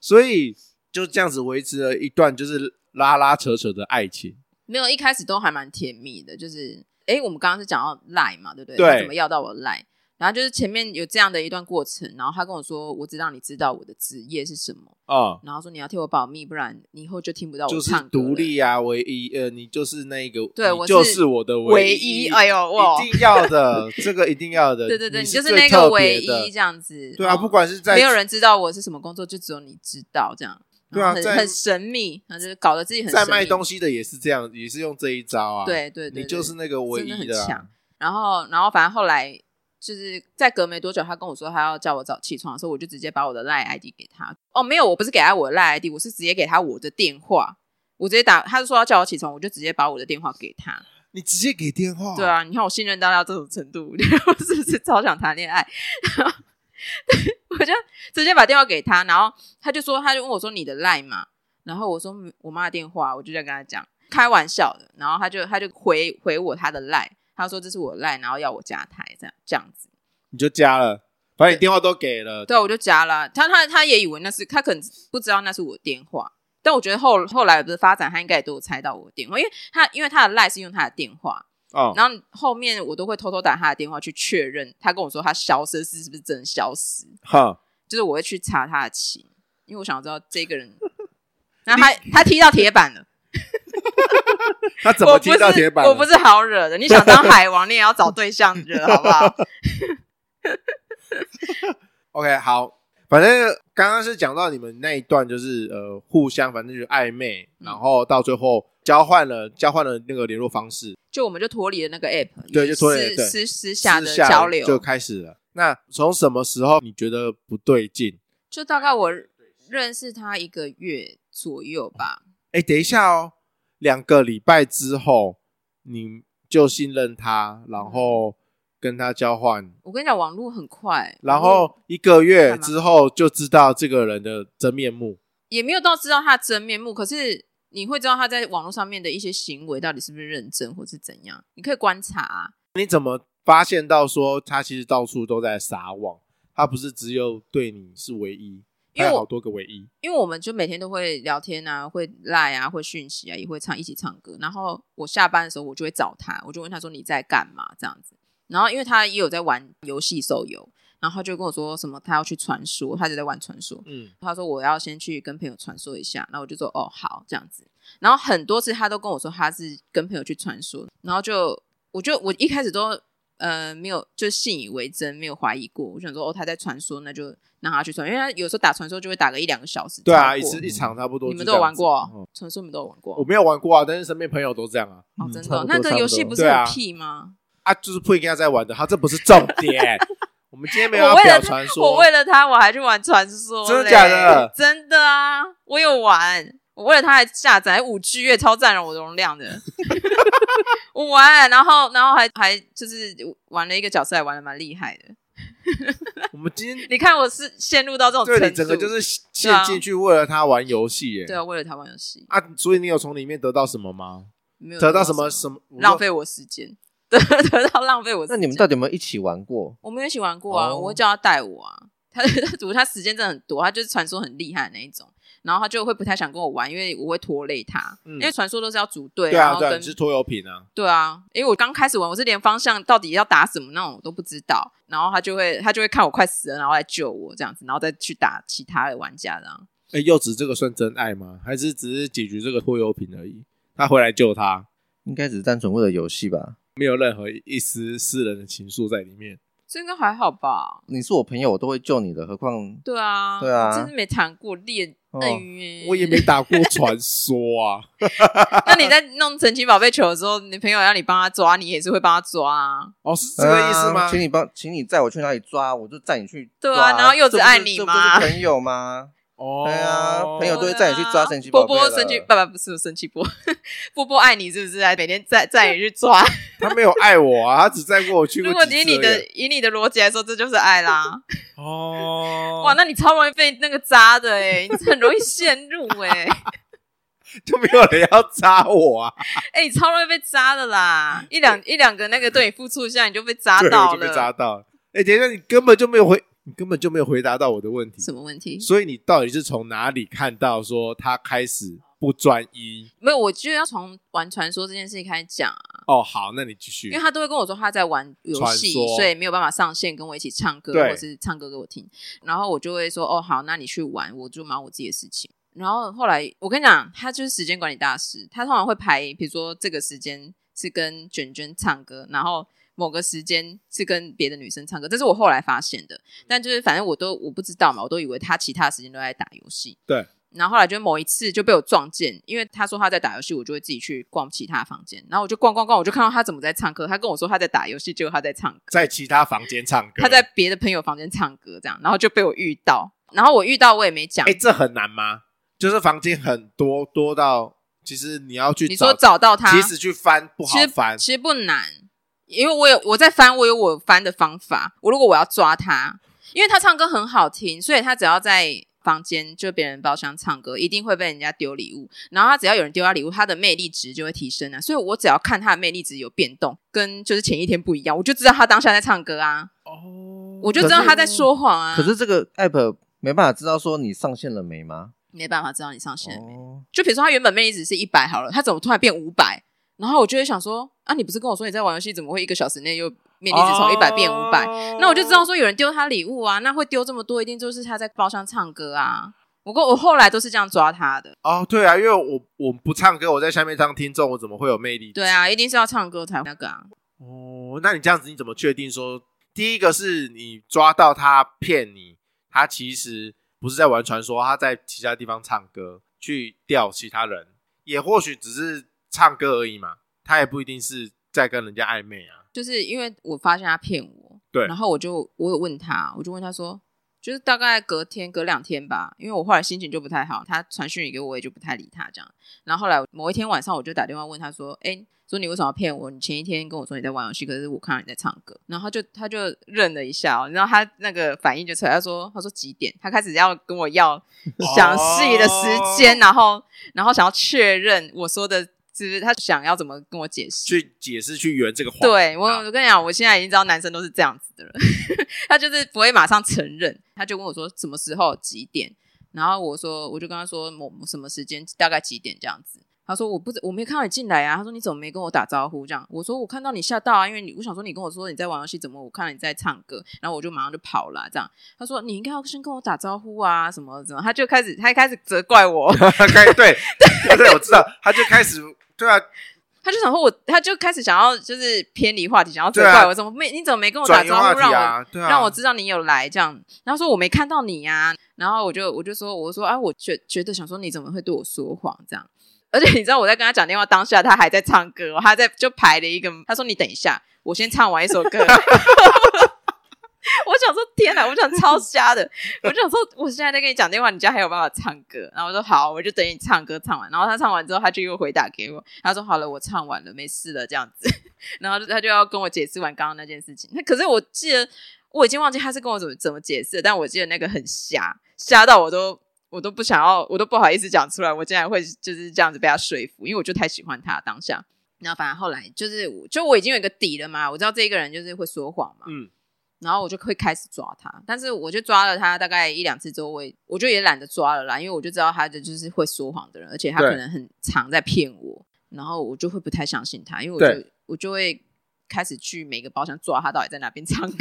[SPEAKER 2] 所以就这样子维持了一段就是拉拉扯扯的爱情。
[SPEAKER 1] 没有，一开始都还蛮甜蜜的，就是哎，诶我们刚刚是讲到赖嘛，对不对？
[SPEAKER 2] 对
[SPEAKER 1] 他怎么要到我赖？然后就是前面有这样的一段过程，然后他跟我说，我只让你知道我的职业是什么，
[SPEAKER 2] 啊、
[SPEAKER 1] 然后说你要替我保密，不然你以后就听不到
[SPEAKER 2] 就
[SPEAKER 1] 我
[SPEAKER 2] 是
[SPEAKER 1] 唱歌了
[SPEAKER 2] 独立啊，唯一呃，你就是那个，
[SPEAKER 1] 对
[SPEAKER 2] 你
[SPEAKER 1] 我
[SPEAKER 2] 就是是我的
[SPEAKER 1] 唯
[SPEAKER 2] 一，
[SPEAKER 1] 一，哎呦，哇，
[SPEAKER 2] 一定要的，
[SPEAKER 1] [LAUGHS]
[SPEAKER 2] 这个一定要的，
[SPEAKER 1] 对对对，
[SPEAKER 2] 你
[SPEAKER 1] 你就是
[SPEAKER 2] 最
[SPEAKER 1] 那
[SPEAKER 2] 特
[SPEAKER 1] 个
[SPEAKER 2] 别
[SPEAKER 1] 唯一
[SPEAKER 2] 的
[SPEAKER 1] 这样子，
[SPEAKER 2] 对啊，
[SPEAKER 1] 嗯
[SPEAKER 2] 不管是在
[SPEAKER 1] 没有人知道我是什么工作，就只有你知道这样。
[SPEAKER 2] 对啊
[SPEAKER 1] 然后
[SPEAKER 2] 在
[SPEAKER 1] 很很神秘，然后就是搞得自己很
[SPEAKER 2] 在
[SPEAKER 1] 神秘
[SPEAKER 2] 卖东西的也是这样，也是用这一招啊，
[SPEAKER 1] 对对对对
[SPEAKER 2] 你就是那个唯
[SPEAKER 1] 真的
[SPEAKER 2] 一
[SPEAKER 1] 很
[SPEAKER 2] 啊
[SPEAKER 1] 强。然后，然后反正后来就是在隔没多久，他跟我说他要叫我早起床的时候，我就直接把我的赖 ID 给他。哦，没有，我不是给他我的赖 ID，我是直接给他我的电话。我直接打，他就说要叫我起床，我就直接把我的电话给他。
[SPEAKER 2] 你直接给电话，
[SPEAKER 1] 对，啊，你看我信任到到这种程度， [LAUGHS] 我是不是超想谈恋爱？ [LAUGHS] 然后我就直接把电话给他，然后他就说，他就问我说你的赖嘛，然后我说嗯我妈的电话，我就这样跟他讲，开玩笑的，然后他就他就回回我他的赖，他说这是我赖，然后要我加台这样这样子，
[SPEAKER 2] 你就加了，把你电话都给了，
[SPEAKER 1] 对啊，我就加了啊，他他他也以为那是他可能不知道那是我的电话。但我觉得后后来的发展，他应该也都有猜到我的电话，因为他因为他的赖是用他的电话，
[SPEAKER 2] 哦，
[SPEAKER 1] 然后后面我都会偷偷打他的电话去确认，他跟我说他消失是不是真的消失，
[SPEAKER 2] 哈，
[SPEAKER 1] 就是我会去查他的情，因为我想知道这个
[SPEAKER 2] [LAUGHS]
[SPEAKER 1] 人。然后他他踢到铁板了，
[SPEAKER 2] 他怎么踢到
[SPEAKER 1] 我不是
[SPEAKER 2] 铁板了？
[SPEAKER 1] 我不是好惹的，你想当海王，你也要找对象惹，好不
[SPEAKER 2] [LAUGHS]
[SPEAKER 1] 好？
[SPEAKER 2] OK，好，反正刚刚是讲到你们那一段，就是呃互相反正就是暧昧，
[SPEAKER 1] 嗯
[SPEAKER 2] 然后到最后交换了交换了那个联络方式，
[SPEAKER 1] 就我们就脱离了那个 app，
[SPEAKER 2] 对就脱离了对
[SPEAKER 1] 私私私下的
[SPEAKER 2] 私下
[SPEAKER 1] 交流，
[SPEAKER 2] 就开始了。那从什么时候你觉得不对劲？
[SPEAKER 1] 就大概我认识他一个月左右吧，
[SPEAKER 2] 哎，等一下哦，两个礼拜之后你就信任他，然后跟他交换，
[SPEAKER 1] 我跟你讲，网络很快，
[SPEAKER 2] 然
[SPEAKER 1] 网络
[SPEAKER 2] 后一个月
[SPEAKER 1] 哦干嘛
[SPEAKER 2] 之后就知道这个人的真面目。
[SPEAKER 1] 也没有到知道他的真面目，可是你会知道他在网络上面的一些行为到底是不是认真或是怎样，你可以观察、啊。
[SPEAKER 2] 你怎么发现到说他其实到处都在撒网？他不是只有对你是唯一，
[SPEAKER 1] 因
[SPEAKER 2] 他
[SPEAKER 1] 为
[SPEAKER 2] 有
[SPEAKER 1] 我
[SPEAKER 2] 好多个唯一。
[SPEAKER 1] 因为我们就每天都会聊天啊，会赖啊，会讯息啊，也会唱一起唱歌。然后我下班的时候，我就会找他，我就问他说你在干嘛这样子。然后因为他也有在玩游戏手游，然后他就跟我说什么他要去传说，他就在玩传说。
[SPEAKER 2] 嗯，
[SPEAKER 1] 他说我要先去跟朋友传说一下，那我就说哦好这样子。然后很多次他都跟我说他是跟朋友去传说，然后就我就我一开始都呃没有就信以为真，没有怀疑过。我想说哦他在传说，那就让他去传，因为他有时候打传说就会打个一两个小时。
[SPEAKER 2] 对
[SPEAKER 1] 超过
[SPEAKER 2] 啊，
[SPEAKER 1] 嗯
[SPEAKER 2] 一次一场差不多。
[SPEAKER 1] 你们都有玩过哦、
[SPEAKER 2] 嗯
[SPEAKER 1] 传说，你们都有玩过
[SPEAKER 2] 我
[SPEAKER 1] 哦？
[SPEAKER 2] 没有玩过啊，但是身边朋友都这样啊。
[SPEAKER 1] 哦
[SPEAKER 4] 嗯
[SPEAKER 1] 真
[SPEAKER 4] 差
[SPEAKER 1] 的
[SPEAKER 4] 不
[SPEAKER 1] 哦，
[SPEAKER 4] 多
[SPEAKER 1] 那个游戏
[SPEAKER 4] 差不多
[SPEAKER 1] 不是
[SPEAKER 2] 对啊
[SPEAKER 1] 很屁吗？
[SPEAKER 2] 啊，就是不应该在玩的，他这
[SPEAKER 1] [LAUGHS]
[SPEAKER 2] 不是重点。我们今天没有
[SPEAKER 1] 我
[SPEAKER 2] 要
[SPEAKER 1] 为了
[SPEAKER 2] 表
[SPEAKER 1] 他
[SPEAKER 2] 传说，
[SPEAKER 1] 我为了他，我还去玩传说嘞，
[SPEAKER 2] 真的假的
[SPEAKER 1] 真的啊，我有玩，我为了他还下载五 G 也超占了我的容量的。 [LAUGHS] 我玩，然后然后还还就是玩了一个角色，还玩的蛮厉害的。
[SPEAKER 2] 我们今天
[SPEAKER 1] 你看我是陷入到这种程
[SPEAKER 2] 对
[SPEAKER 1] 度，
[SPEAKER 2] 你整个就是
[SPEAKER 1] 对
[SPEAKER 2] 陷
[SPEAKER 1] 啊
[SPEAKER 2] 进去，为了他玩游戏耶。
[SPEAKER 1] 对啊，为了他玩游戏，
[SPEAKER 2] 啊，所以你有从里面得到什么吗？
[SPEAKER 1] 没有
[SPEAKER 2] 得到什么什么？
[SPEAKER 1] 浪费我时间， [LAUGHS] 得得到浪费我时
[SPEAKER 4] 那
[SPEAKER 1] 间。
[SPEAKER 4] 你们到底有没有一起玩过？
[SPEAKER 1] 我们一起玩过啊，
[SPEAKER 4] 哦
[SPEAKER 1] 我会叫他带我啊。他 [LAUGHS] 他主他时间真的很多，他就是传说很厉害的那一种，然后他就会不太想跟我玩，因为我会拖累他，
[SPEAKER 2] 嗯
[SPEAKER 1] 因为传说都是要组队，
[SPEAKER 2] 对
[SPEAKER 1] 然
[SPEAKER 2] 啊，
[SPEAKER 1] 后
[SPEAKER 2] 对啊，
[SPEAKER 1] 跟
[SPEAKER 2] 你是拖油瓶啊。
[SPEAKER 1] 对啊，因为我刚开始玩，我是连方向到底要打什么那种我都不知道，然后他就会他就会看我快死了，然后来救我这样子，然后再去打其他的玩家这样。
[SPEAKER 2] 哎，柚子这个算真爱吗？还是只是解决这个拖油瓶而已？他回来救他，
[SPEAKER 4] 应该只是单纯为了游戏吧？
[SPEAKER 2] 没有任何一丝私人的情愫在里面。
[SPEAKER 1] 这应该还好吧？
[SPEAKER 4] 你是我朋友，我都会救你的，何况
[SPEAKER 1] 对啊，
[SPEAKER 4] 对啊
[SPEAKER 1] 真是没谈过恋
[SPEAKER 4] 哦
[SPEAKER 1] 爱耶、
[SPEAKER 2] 我也没打过传说啊，
[SPEAKER 1] 那你在弄神奇宝贝球的时候，你朋友让你帮他抓，你也是会帮他抓啊。
[SPEAKER 2] 哦，是这个意思吗
[SPEAKER 4] 啊？请你帮，请你载我去哪里抓，我就载你去抓。
[SPEAKER 1] 对啊然后柚子爱你
[SPEAKER 4] 这不
[SPEAKER 1] 吗
[SPEAKER 4] 是这不是朋
[SPEAKER 1] [LAUGHS]
[SPEAKER 4] 友吗？
[SPEAKER 2] 哦，
[SPEAKER 4] 对啊朋友都会载你去抓神奇
[SPEAKER 1] 波
[SPEAKER 4] 宝贝
[SPEAKER 1] 波
[SPEAKER 4] 了
[SPEAKER 1] 神奇，爸爸不是神奇波， [LAUGHS] 波波爱你是不是？还每天载载你去抓。
[SPEAKER 2] 他没有爱我啊，他只载过我去
[SPEAKER 1] 如
[SPEAKER 2] 过
[SPEAKER 1] 果
[SPEAKER 2] 几次而已。啊
[SPEAKER 1] 以你的以你的逻辑来说，这就是爱
[SPEAKER 4] [LAUGHS]
[SPEAKER 1] 啦。
[SPEAKER 2] 哦，
[SPEAKER 1] 哇，那你超容易被那个渣的哎、你很容易陷入哎、欸、
[SPEAKER 2] 就没有人要扎我啊，
[SPEAKER 1] 哎、你超容易被渣的啦！一两一两个那个对你付出一下，你就被渣
[SPEAKER 2] 对，
[SPEAKER 1] 到
[SPEAKER 2] 我就被
[SPEAKER 1] 了。
[SPEAKER 2] 扎到了。哎，等一下，你根本就没有回，你根本就没有回答到我的问题
[SPEAKER 1] 什。么问题？
[SPEAKER 2] 所以你到底是从哪里看到说他开始不专一。
[SPEAKER 1] 没有，我觉得要从玩传说这件事情开始讲啊，
[SPEAKER 2] 哦，好，那你继续
[SPEAKER 1] 因为。他都会跟我说他在玩游
[SPEAKER 2] 传
[SPEAKER 1] 戏，
[SPEAKER 2] 说
[SPEAKER 1] 所以没有办法上线跟我一起唱歌，
[SPEAKER 2] 对
[SPEAKER 1] 或是唱歌给我听。然后我就会说哦好，那你去玩，我就忙我自己的事情。然后后来我跟你讲，他就是时间管理大师，他通常会排，比如说这个时间是跟卷卷唱歌，然后某个时间是跟别的女生唱歌，这是我后来发现的。但就是反正我都我不知道嘛，我都以为他其他时间都在打游戏。
[SPEAKER 2] 对。
[SPEAKER 1] 然后后来就某一次就被我撞见，因为他说他在打游戏，我就会自己去逛其他房间，然后我就逛逛逛，我就看到他怎么在唱歌。他跟我说他在打游戏，结果他在唱歌，
[SPEAKER 2] 在其他房间唱歌，
[SPEAKER 1] 他在别的朋友房间唱歌，这样，然后就被我遇到。然后我遇到我也没讲
[SPEAKER 2] 哎、，这很难吗？就是房间很多，多到其实你要去
[SPEAKER 1] 你说找到他，
[SPEAKER 2] 其实去翻不好
[SPEAKER 1] 其实
[SPEAKER 2] 翻，
[SPEAKER 1] 其实不难，因为我有我在翻，我有我翻的方法。我如果我要抓他，因为他唱歌很好听，所以他只要在房间就别人包厢唱歌，一定会被人家丢礼物。然后他只要有人丢他礼物，他的魅力值就会提升啊。所以我只要看他的魅力值有变动，跟就是前一天不一样，我就知道他当下在唱歌啊，
[SPEAKER 2] 哦
[SPEAKER 1] 我就知道他在说谎啊。
[SPEAKER 4] 可是这个 app 没办法知道说你上线了没吗？
[SPEAKER 1] 没办法知道你上线了没。
[SPEAKER 4] 哦，
[SPEAKER 1] 就比如说他原本魅力值是一百好了，他怎么突然变五百？然后我就会想说，啊，你不是跟我说你在玩游戏，怎么会一个小时内又魅力值
[SPEAKER 2] 哦
[SPEAKER 1] 从一百变五百、那我就知道说有人丢他礼物啊，那会丢这么多，一定就是他在包厢唱歌啊。不过我后来都是这样抓他的，
[SPEAKER 2] 哦，对啊，因为我我不唱歌，我在下面当听众，我怎么会有魅力？
[SPEAKER 1] 对啊，一定是要唱歌才那个啊。
[SPEAKER 2] 哦，那你这样子你怎么确定说，第一个是你抓到他骗你，他其实不是在玩传说，他在其他地方唱歌去钓其他人，也或许只是唱歌而已嘛，他也不一定是在跟人家暧昧啊。
[SPEAKER 1] 就是因为我发现他骗我，
[SPEAKER 2] 对
[SPEAKER 1] 然后我就我有问他，我就问他说，就是大概隔天隔两天吧，因为我后来心情就不太好，他传讯息给我，我也就不太理他这样。然后后来某一天晚上，我就打电话问他说，哎，说你为什么要骗我？你前一天跟我说你在玩游戏，可是我看到你在唱歌，然后他就他就愣了一下、哦，然后他那个反应就出来，他说他说几点？他开始要跟我
[SPEAKER 2] 哦
[SPEAKER 1] 要详细的时间，然后然后想要确认我说的。是不是他想要怎么跟我解释？
[SPEAKER 2] 去解释去圆这个谎。 [LAUGHS]
[SPEAKER 1] 对我，
[SPEAKER 2] 啊
[SPEAKER 1] 我跟你讲，我现在已经知道男生都是这样子的了， [LAUGHS] 他就是不会马上承认，他就问我说什么时候几点，然后我说我就跟他说某某什么时间大概几点这样子。他说我不知我没看到你进来啊，他说你怎么没跟我打招呼这样？我说我看到你吓到啊，因为你我想说你跟我说你在玩游戏，怎么我看到你在唱歌，然后我就马上就跑了啊、这样。他说你应该要先跟我打招呼啊，什么什么，他就开始他开始责怪
[SPEAKER 2] [LAUGHS]
[SPEAKER 1] 我，
[SPEAKER 2] 他开对对对，我知道，他就开始对啊，
[SPEAKER 1] 他就想说我，他就开始想要就是偏离话题，想要责
[SPEAKER 2] 对啊
[SPEAKER 1] 怪我，怎么没 [LAUGHS] 你怎么没跟我打
[SPEAKER 2] 转移
[SPEAKER 1] 招
[SPEAKER 2] 话
[SPEAKER 1] 呼，让
[SPEAKER 2] 题
[SPEAKER 1] 我、
[SPEAKER 2] 啊，对啊，
[SPEAKER 1] 让我知道你有来这样，然后说我没看到你呀、然后我就我就说我说啊，我觉觉得想说你怎么会对我说谎这样，而且你知道我在跟他讲电话当下，他还在唱歌哦，他在就排了一个，他说你等一下，我先唱完一首歌。 [LAUGHS] 我想说天哪，我想超瞎的，我想说我现在在跟你讲电话，你家还有办法唱歌？然后我说好，我就等你唱歌唱完。然后他唱完之后，他就又回打给我，他说好了，我唱完了，没事了这样子。然后他就要跟我解释完刚刚那件事情。那可是我记得我已经忘记他是跟我怎么怎么解释了，但我记得那个很瞎，瞎到我都我都不想要，我都不好意思讲出来，我竟然会就是这样子被他说服，因为我就太喜欢他当下。然后反正后来就是，就我已经有一个底了嘛，我知道这一个人就是会说谎嘛，
[SPEAKER 2] 嗯，
[SPEAKER 1] 然后我就会开始抓他，但是我就抓了他大概一两次之后，我也我就也懒得抓了啦，因为我就知道他的就是会说谎的人，而且他
[SPEAKER 2] 对
[SPEAKER 1] 可能很常在骗我，然后我就会不太相信他，因为我就我就会开始去每个包厢抓他到底在哪边唱
[SPEAKER 2] [LAUGHS]
[SPEAKER 1] 歌。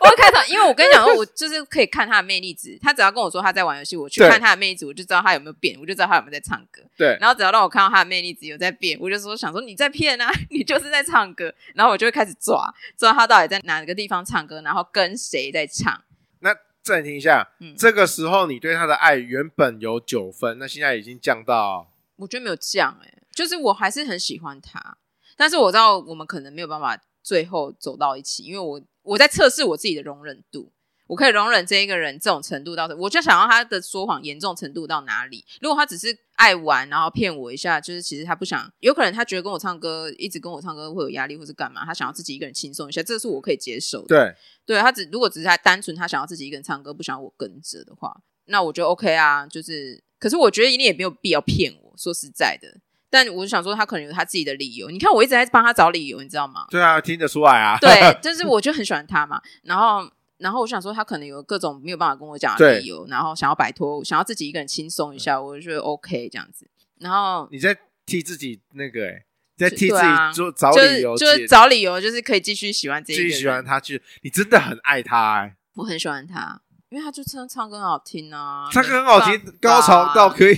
[SPEAKER 1] 我会开始，因为我跟你讲，我就是可以看他的魅力值。他只要跟我说他在玩游戏，我去
[SPEAKER 2] 对
[SPEAKER 1] 看他的魅力值，我就知道他有没有变，我就知道他有没有在唱歌。
[SPEAKER 2] 对，
[SPEAKER 1] 然后只要让我看到他的魅力值有在变，我就说想说你在骗啊， [LAUGHS] 你就是在唱歌。然后我就会开始抓，抓他到底在哪个地方唱歌，然后跟谁在唱。
[SPEAKER 2] 那暂停一下，
[SPEAKER 1] 嗯
[SPEAKER 2] 这个时候你对他的爱原本有九分，那现在已经降到
[SPEAKER 1] 我觉得没有降哎、就是我还是很喜欢他，但是我知道我们可能没有办法最后走到一起，因为我我在测试我自己的容忍度。我可以容忍这一个人这种程度到，我就想要他的说谎严重程度到哪里。如果他只是爱玩，然后骗我一下，就是其实他不想，有可能他觉得跟我唱歌，一直跟我唱歌会有压力，或是干嘛，他想要自己一个人轻松一下，这是我可以接受的。
[SPEAKER 2] 对
[SPEAKER 1] 对他只如果只是他单纯他想要自己一个人唱歌，不想要我跟着的话，那我觉得 OK 啊。就是，可是我觉得你也没有必要骗我，说实在的。但我就想说，他可能有他自己的理由。你看，我一直在帮他找理由，你知道吗？
[SPEAKER 2] 对啊，听得出来啊，
[SPEAKER 1] 对，但是我就很喜欢他嘛。然后，然后我想说，他可能有各种没有办法跟我讲的
[SPEAKER 2] 对
[SPEAKER 1] 理由，然后想要摆脱，想要自己一个人轻松一下，我就觉得 OK 这样子。然后
[SPEAKER 2] [LAUGHS] 你在替自己那个、欸，在
[SPEAKER 1] 就
[SPEAKER 2] 替自
[SPEAKER 1] 对啊
[SPEAKER 2] 己做找
[SPEAKER 1] 就
[SPEAKER 2] 理
[SPEAKER 1] 是
[SPEAKER 2] 由
[SPEAKER 1] 就
[SPEAKER 2] 解，
[SPEAKER 1] 是找理由，就是可以继续喜欢这
[SPEAKER 2] 继
[SPEAKER 1] 一嗯个
[SPEAKER 2] 续
[SPEAKER 1] 人。
[SPEAKER 2] 喜欢他去，你真的很爱他、欸，
[SPEAKER 1] 我很喜欢他，因为他就唱唱歌很好听啊，
[SPEAKER 2] 他歌很好
[SPEAKER 1] 没办
[SPEAKER 2] 听
[SPEAKER 1] 法，
[SPEAKER 2] 高潮到
[SPEAKER 1] [LAUGHS]
[SPEAKER 2] 可以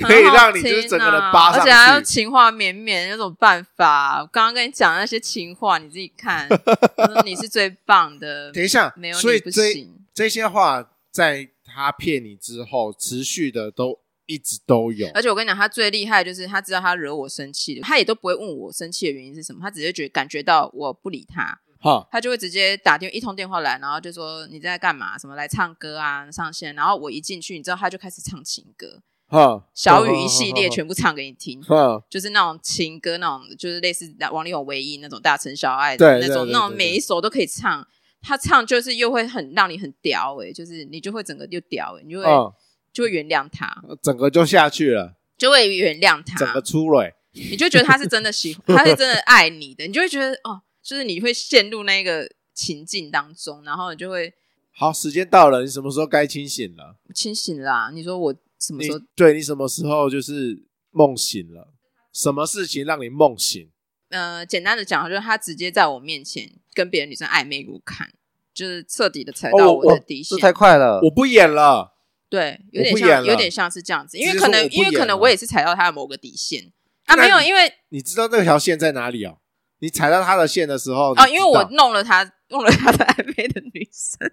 [SPEAKER 1] 很好
[SPEAKER 2] 可以让你
[SPEAKER 1] 听
[SPEAKER 2] 就是整个人
[SPEAKER 1] 啊
[SPEAKER 2] 扒
[SPEAKER 1] 而且还
[SPEAKER 2] 上
[SPEAKER 1] 要
[SPEAKER 2] 去。
[SPEAKER 1] 情话绵绵，有什么办法？我刚刚跟你讲那些情话，你自己看，我说你是最棒的，
[SPEAKER 2] [LAUGHS] 等一下
[SPEAKER 1] 没，有
[SPEAKER 2] 所以
[SPEAKER 1] 你不
[SPEAKER 2] 这
[SPEAKER 1] 行。
[SPEAKER 2] 这些话在他骗你之后，持续的都一直都有。
[SPEAKER 1] 而且我跟你讲，他最厉害就是他知道他惹我生气了，他也都不会问我生气的原因是什么，他只是觉感觉到我不理他，
[SPEAKER 2] 哈，
[SPEAKER 1] 他就会直接打电一通电话来，然后就说你在干嘛？什么来唱歌啊，上线。然后我一进去，你知道他就开始唱情歌，
[SPEAKER 2] 哈，
[SPEAKER 1] 小雨一系列
[SPEAKER 2] 哈
[SPEAKER 1] 全部唱给你听。
[SPEAKER 2] 哈，
[SPEAKER 1] 就是那种情歌，那种就是类似王力宏唯一那种大城小爱
[SPEAKER 2] 对
[SPEAKER 1] 那
[SPEAKER 2] 对
[SPEAKER 1] 种，
[SPEAKER 2] 对
[SPEAKER 1] 那种
[SPEAKER 2] 对对
[SPEAKER 1] 每一首都可以唱。他唱就是又会很让你很屌哎、就是你就会整个就屌哎、你就会、
[SPEAKER 2] 嗯，
[SPEAKER 1] 就会原谅他，
[SPEAKER 2] 整个就下去了，
[SPEAKER 1] 就会原谅
[SPEAKER 2] 呃整
[SPEAKER 1] 他，
[SPEAKER 2] 个出蕊。
[SPEAKER 1] 你就觉得他是真的喜
[SPEAKER 2] [LAUGHS]
[SPEAKER 1] 欢，他是真的爱你的，你就会觉得哦，就是你会陷入那个情境当中，然后你就会
[SPEAKER 2] 好，时间到了，你什么时候该清醒了？
[SPEAKER 1] 清醒啦、你说我什么
[SPEAKER 2] 你
[SPEAKER 1] 时候？
[SPEAKER 2] 对你什么时候就是梦醒了？什么事情让你梦醒？
[SPEAKER 1] 呃，简单的讲，就是他直接在我面前跟别的女生暧昧如看，就是彻底的踩
[SPEAKER 2] 哦
[SPEAKER 1] 到
[SPEAKER 2] 我
[SPEAKER 1] 我的
[SPEAKER 2] 我
[SPEAKER 1] 底线。
[SPEAKER 4] 这太快了，
[SPEAKER 2] 我不演了，
[SPEAKER 1] 对，有
[SPEAKER 2] 我
[SPEAKER 1] 点
[SPEAKER 2] 不演
[SPEAKER 1] 像，有
[SPEAKER 2] 了
[SPEAKER 1] 点像是这样子，因
[SPEAKER 2] 直
[SPEAKER 1] 为
[SPEAKER 2] 接
[SPEAKER 1] 可
[SPEAKER 2] 说
[SPEAKER 1] 能
[SPEAKER 2] 我不
[SPEAKER 1] 因为
[SPEAKER 2] 演
[SPEAKER 1] 可能
[SPEAKER 2] 了
[SPEAKER 1] 我也是踩到他的某个底线啊，
[SPEAKER 2] 那
[SPEAKER 1] 没有，
[SPEAKER 2] 你
[SPEAKER 1] 因为
[SPEAKER 2] 你知道那条线在哪里哦？你踩到他的线的时候
[SPEAKER 1] 啊，
[SPEAKER 2] 你
[SPEAKER 1] 因
[SPEAKER 2] 知
[SPEAKER 1] 为
[SPEAKER 2] 道
[SPEAKER 1] 我弄了他，弄了他的暧昧的女生，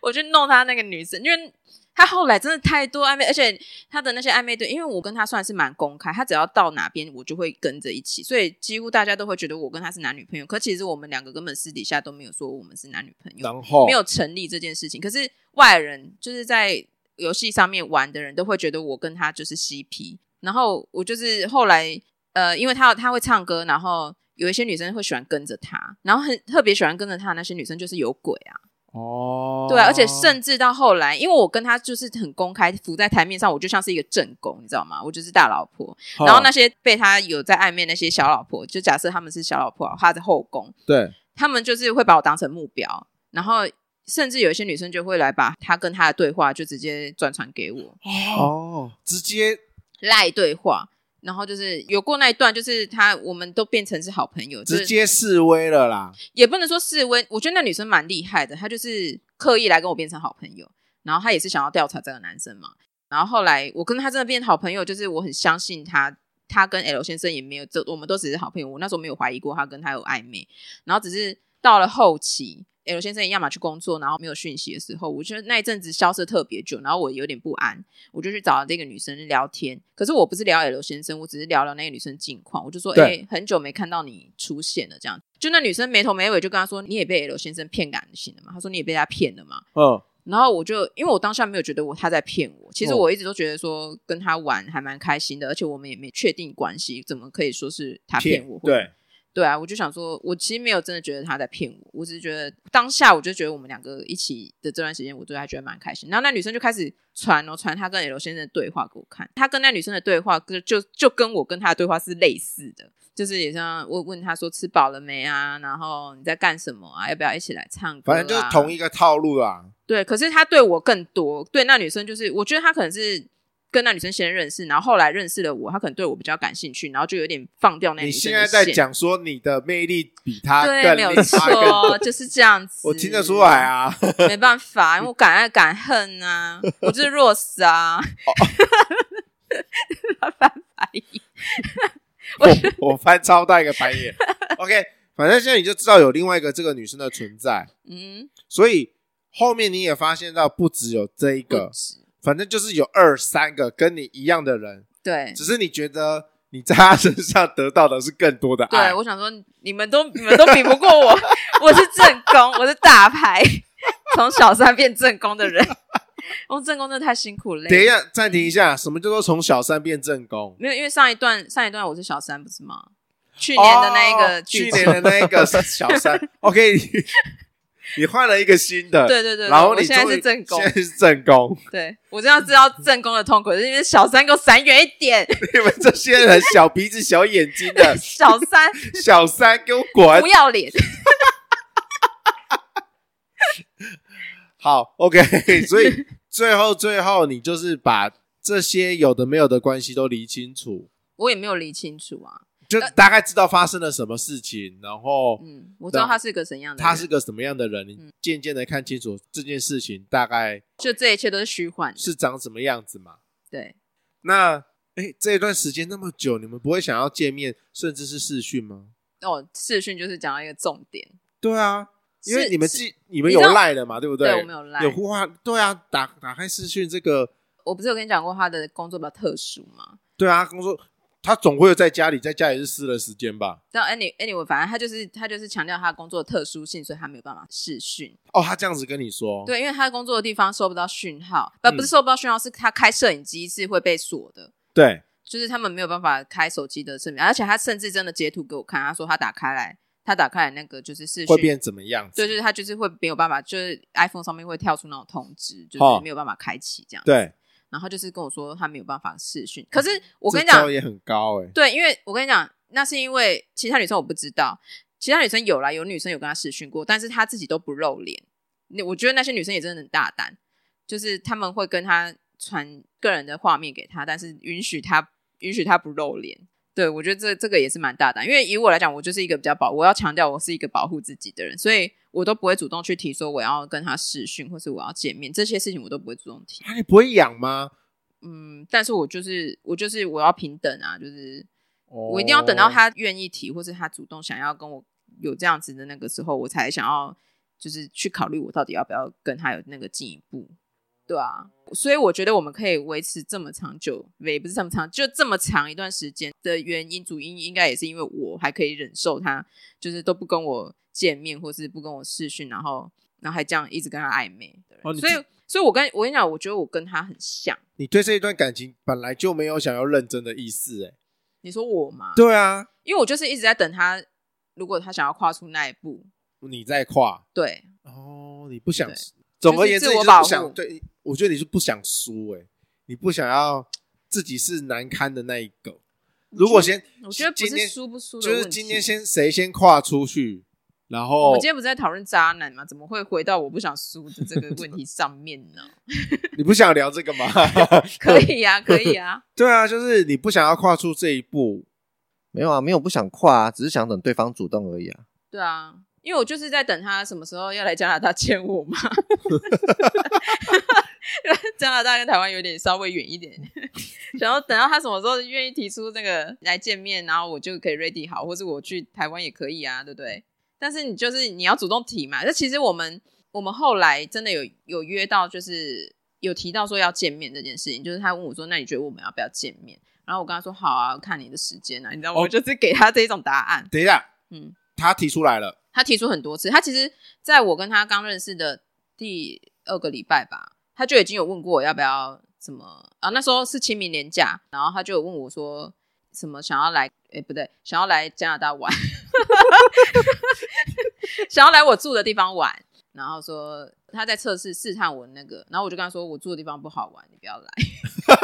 [SPEAKER 1] 我就弄他那个女生，因为他后来真的太多暧昧，而且他的那些暧昧对，因为我跟他算是蛮公开，他只要到哪边我就会跟着一起，所以几乎大家都会觉得我跟他是男女朋友，可其实我们两个根本私底下都没有说我们是男女朋友，
[SPEAKER 2] 然后
[SPEAKER 1] 没有成立这件事情。可是外人就是在游戏上面玩的人都会觉得我跟他就是 CP，然后我就是后来呃，因为他他会唱歌，然后有一些女生会喜欢跟着他，然后很特别喜欢跟着他的那些女生就是有鬼啊，
[SPEAKER 2] 哦，
[SPEAKER 1] 对啊，而且甚至到后来，因为我跟他就是很公开浮在台面上，我就像是一个正宫，你知道吗？我就是大老婆，
[SPEAKER 2] 哈
[SPEAKER 1] 然后那些被他有在暧昧那些小老婆，就假设他们是小老婆啊，他的后宫，
[SPEAKER 2] 对
[SPEAKER 1] 他们就是会把我当成目标，然后甚至有一些女生就会来把她跟他的对话就直接转传给我
[SPEAKER 2] 哦，直接
[SPEAKER 1] 赖对话，然后就是有过那一段，就是他我们都变成是好朋友，就
[SPEAKER 2] 直
[SPEAKER 1] 是
[SPEAKER 2] 接示威了啦，
[SPEAKER 1] 也不能说示威，我觉得那女生蛮厉害的，她就是刻意来跟我变成好朋友，然后她也是想要调查这个男生嘛，然后后来我跟他真的变好朋友，就是我很相信他。他跟 L 先生也没有，这我们都只是好朋友。我那时候没有怀疑过他跟他有暧昧，然后只是到了后期，L 先生要么去工作，然后没有讯息的时候，我觉得那一阵子消失特别久，然后我有点不安，我就去找这个女生聊天。可是我不是聊 L 先生，我只是聊聊那个女生近况。我就说，哎、
[SPEAKER 2] 对
[SPEAKER 1] 很久没看到你出现了，这样。就那女生没头没尾就跟他说，你也被 L 先生骗感情了嘛？他说你也被他骗了嘛？
[SPEAKER 2] 嗯，
[SPEAKER 1] 然后我就因为我当下没有觉得我他在骗我，其实
[SPEAKER 2] 哦
[SPEAKER 1] 我一直都觉得说跟他玩还蛮开心的，而且我们也没确定关系，怎么可以说是他骗我？
[SPEAKER 2] 对，
[SPEAKER 1] 对啊，我就想说，我其实没有真的觉得他在骗我，我只是觉得当下我就觉得我们两个一起的这段时间，我对他觉得蛮开心。然后那女生就开始传哦传他跟 L 先生的对话给我看，他跟那女生的对话就就就跟我跟他的对话是类似的，就是也像我问他说吃饱了没啊，然后你在干什么啊，要不要一起来唱歌、啊？
[SPEAKER 2] 反正就是同一个套路啊啦，
[SPEAKER 1] 对，可是他对我更多，对那女生就是，我觉得他可能是跟那女生先认识，然后后来认识了我，他可能对我比较感兴趣，然后就有点放掉那
[SPEAKER 2] 你
[SPEAKER 1] 女生
[SPEAKER 2] 现
[SPEAKER 1] 的
[SPEAKER 2] 在在
[SPEAKER 1] 线，
[SPEAKER 2] 讲说你的魅力比他
[SPEAKER 1] 对，
[SPEAKER 2] 更
[SPEAKER 1] 没
[SPEAKER 2] 厉
[SPEAKER 1] 有
[SPEAKER 2] 害，更
[SPEAKER 1] 错，就是这样子。
[SPEAKER 2] 我听得出来，啊，
[SPEAKER 1] 没办法，因为我敢爱敢恨啊，我就是弱死啊。
[SPEAKER 2] 哦
[SPEAKER 1] [LAUGHS] 他翻白眼，
[SPEAKER 2] 我我翻超大一个白眼。OK，反正现在你就知道有另外一个这个女生的存在，
[SPEAKER 1] 嗯，
[SPEAKER 2] 所以后面你也发现到不只有这一
[SPEAKER 1] 不
[SPEAKER 2] 个，
[SPEAKER 1] 止
[SPEAKER 2] 反正就是有二三个跟你一样的人，
[SPEAKER 1] 对
[SPEAKER 2] 只是你觉得你在他身上得到的是更多的爱
[SPEAKER 1] 对，。我想说，你们都你们都比不过我， [LAUGHS] 我是正宫，我是大牌，从小三变正宫的人。我、正宫真的太辛苦了。
[SPEAKER 2] 等一，下，暂停一
[SPEAKER 1] 嗯
[SPEAKER 2] 下，什么叫做从小三变正宫？
[SPEAKER 1] 没有，因为上一段上一段我是小三，不是吗？去年的那一个
[SPEAKER 2] 哦
[SPEAKER 1] 剧
[SPEAKER 2] 去
[SPEAKER 1] 情，
[SPEAKER 2] 年的那
[SPEAKER 1] [LAUGHS]
[SPEAKER 2] 一个小三，OK，你你换了一个新的，
[SPEAKER 1] 对对对对
[SPEAKER 2] 然后
[SPEAKER 1] 我
[SPEAKER 2] 你
[SPEAKER 1] 现在
[SPEAKER 2] 终于
[SPEAKER 1] 是正宫
[SPEAKER 2] 现在是正宫， [LAUGHS]
[SPEAKER 1] 对我真要知道正宫的痛苦，就是因为小三给我闪远一点，
[SPEAKER 2] 你们这些人小鼻子小眼睛
[SPEAKER 1] [LAUGHS]
[SPEAKER 2] 的
[SPEAKER 1] 小三
[SPEAKER 2] 小三给我滚
[SPEAKER 1] 不！要脸。
[SPEAKER 2] 好，OK，所 [LAUGHS] 以最后最后你就是把这些有的没有的关系都理清楚，
[SPEAKER 1] 我也没有理清楚啊。
[SPEAKER 2] 就大概知道发生了什么事情，然后
[SPEAKER 1] 嗯，我知道他是个怎样的人，
[SPEAKER 2] 啊他是个什么样的人，你渐渐的看清楚这件事情大概
[SPEAKER 1] 就这一切都是虚幻的，
[SPEAKER 2] 是长什么样子嘛。
[SPEAKER 1] 对，
[SPEAKER 2] 那哎，这一段时间那么久，你们不会想要见面，甚至是视讯吗？
[SPEAKER 1] 哦，视讯就是讲到一个重点，
[SPEAKER 2] 对啊，因为
[SPEAKER 1] 是
[SPEAKER 2] 你们
[SPEAKER 1] 是
[SPEAKER 2] 记你们
[SPEAKER 1] 你
[SPEAKER 2] 有
[SPEAKER 1] 知道
[SPEAKER 2] 赖了嘛，对不
[SPEAKER 1] 对
[SPEAKER 2] 对
[SPEAKER 1] 我们有赖
[SPEAKER 2] 有互换，对啊，打打开视讯这个，
[SPEAKER 1] 我不是有跟你讲过他的工作比较特殊吗？
[SPEAKER 2] 对啊，工作他总会有在家里，在家里是私人时间吧？
[SPEAKER 1] 但 any anyway，反正他就是他就是强调他的工作的特殊性，所以他没有办法视讯。
[SPEAKER 2] 哦，他这样子跟你说，
[SPEAKER 1] 对，因为他工作的地方收不到讯号，呃不、
[SPEAKER 2] 嗯
[SPEAKER 1] 不是收不到讯号，是他开摄影机是会被锁的，
[SPEAKER 2] 对
[SPEAKER 1] 就是他们没有办法开手机的视频，而且他甚至真的截图给我看，他说他打开来，他打开来那个就是视讯
[SPEAKER 2] 会变怎么样子？
[SPEAKER 1] 对，就是它就是会没有办法，就是 iPhone 上面会跳出那种通知，就
[SPEAKER 2] 哦
[SPEAKER 1] 是没有办法开启这样。，
[SPEAKER 2] 对，
[SPEAKER 1] 然后就是跟我说他没有办法视讯，可是我
[SPEAKER 2] 这
[SPEAKER 1] 跟你讲
[SPEAKER 2] 招，也很高哎、
[SPEAKER 1] 对，因为我跟你讲，那是因为其他女生我不知道，其他女生有啦，有女生有跟他视讯过，但是她自己都不露脸。那我觉得那些女生也真的很大胆，就是他们会跟他传个人的画面给他，但是允许他允许他不露脸。对，我觉得这这个也是蛮大胆，因为以我来讲，我就是一个比较保，我要强调我是一个保护自己的人，所以我都不会主动去提说我要跟他视讯或是我要见面这些事情，我都不会主动提。
[SPEAKER 2] 啊，你不会痒吗？
[SPEAKER 1] 嗯，但是我就是我就是我要平等啊，就是
[SPEAKER 2] 我
[SPEAKER 1] 我一定要等
[SPEAKER 2] 哦
[SPEAKER 1] 到他愿意提，或是他主动想要跟我有这样子的那个时候，我才想要就是去考虑我到底要不要跟他有那个进一步，对啊。所以我觉得我们可以维持这么长久，也不是这么长，就这么长一段时间的原因，主因应该也是因为我还可以忍受他，就是都不跟我见面，或是不跟我视讯，然后然后还这样一直跟他暧昧的人
[SPEAKER 2] 哦你
[SPEAKER 1] 所以
[SPEAKER 2] 自，
[SPEAKER 1] 所以我跟我跟你讲，我觉得我跟他很像。
[SPEAKER 2] 你对这一段感情本来就没有想要认真的意思哎、
[SPEAKER 1] 你说我吗？
[SPEAKER 2] 对啊，
[SPEAKER 1] 因为我就是一直在等他，如果他想要跨出那一步，
[SPEAKER 2] 你在跨
[SPEAKER 1] 对
[SPEAKER 2] 哦，你不想
[SPEAKER 1] 对，
[SPEAKER 2] 总而言之，
[SPEAKER 1] 就是自我
[SPEAKER 2] 你就是
[SPEAKER 1] 保
[SPEAKER 2] 不
[SPEAKER 1] 护
[SPEAKER 2] 想对，我觉得你是不想输哎、你不想要自己是难堪的那一个。如果先，
[SPEAKER 1] 我觉得不
[SPEAKER 2] 今天
[SPEAKER 1] 是输不输的
[SPEAKER 2] 就
[SPEAKER 1] 问题，
[SPEAKER 2] 是今天先哦谁先跨出去，然
[SPEAKER 1] 我
[SPEAKER 2] 后
[SPEAKER 1] 们今天不是在讨论渣男吗？怎么会回到我不想输的这个问题上面
[SPEAKER 2] [LAUGHS]
[SPEAKER 1] 呢？
[SPEAKER 2] 你不想聊这个吗？ [LAUGHS]
[SPEAKER 1] 可以呀、可以呀、
[SPEAKER 2] 对啊，就是你不想要跨出这一步，
[SPEAKER 4] 没有啊，没有不想跨啊，只是想等对方主动而已啊。
[SPEAKER 1] 对啊，因为我就是在等他什么时候要来加拿大见我嘛。 [LAUGHS] 加拿大跟台湾有点稍微远一点，然后等到他什么时候愿意提出那个来见面，然后我就可以 ready 好，或是我去台湾也可以啊，对不对？但是你就是你要主动提嘛。那其实我们我们后来真的有有约到，就是有提到说要见面这件事情，就是他问我说，那你觉得我们要不要见面？然后我跟他说好啊，看你的时间啊，你知道，
[SPEAKER 2] 哦
[SPEAKER 1] 我就是给他这种答案。
[SPEAKER 2] 等一下，
[SPEAKER 1] 嗯，
[SPEAKER 2] 他提出来了，
[SPEAKER 1] 他提出很多次，他其实在我跟他刚认识的第二个礼拜吧，他就已经有问过我要不要什么啊？那时候是清明年假，然后他就有问我说什么想要来，诶，不对，想要来加拿大玩， [LAUGHS] 想要来我住的地方玩，然后说他在测试试探我那个，然后我就跟他说我住的地方不好玩，你不要来，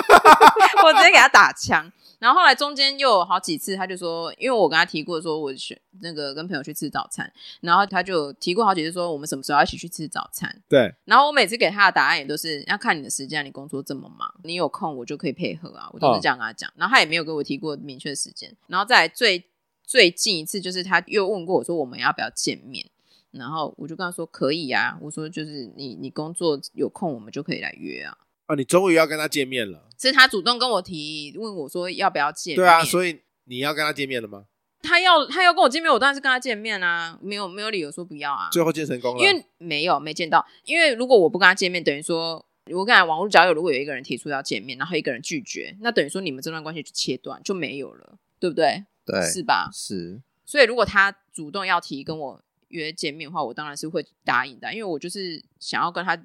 [SPEAKER 1] [LAUGHS] 我直接给他打枪。然后后来中间又有好几次，他就说，因为我跟他提过说我选那个跟朋友去吃早餐，然后他就提过好几次说我们什么时候要一起去吃早餐。
[SPEAKER 2] 对，
[SPEAKER 1] 然后我每次给他的答案也都是要看你的时间，啊你工作这么忙，你有空我就可以配合啊，我都是这样跟他讲。然后他也没有给我提过明确的时间。然后再来最最近一次就是他又问过我说我们要不要见面，然后我就跟他说可以啊，我说就是你你工作有空我们就可以来约啊。
[SPEAKER 2] 啊，你终于要跟他见面了，
[SPEAKER 1] 是他主动跟我提问我说要不要见面，
[SPEAKER 2] 对啊，所以你要跟他见面了吗？
[SPEAKER 1] 他要他要跟我见面，我当然是跟他见面啊，没有没有理由说不要啊。
[SPEAKER 2] 最后见成功了，
[SPEAKER 1] 因为没有没见到，因为如果我不跟他见面，等于说我跟你讲网络交友，如果有一个人提出要见面，然后一个人拒绝，那等于说你们这段关系就切断就没有了，对不对？
[SPEAKER 4] 对，
[SPEAKER 1] 是吧？
[SPEAKER 4] 是
[SPEAKER 1] 所以如果他主动要提跟我约见面的话，我当然是会答应的，因为我就是想要跟他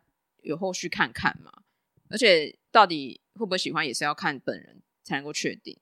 [SPEAKER 1] 有后续看看嘛。而且到底会不会喜欢，也是要看本人才能够确定。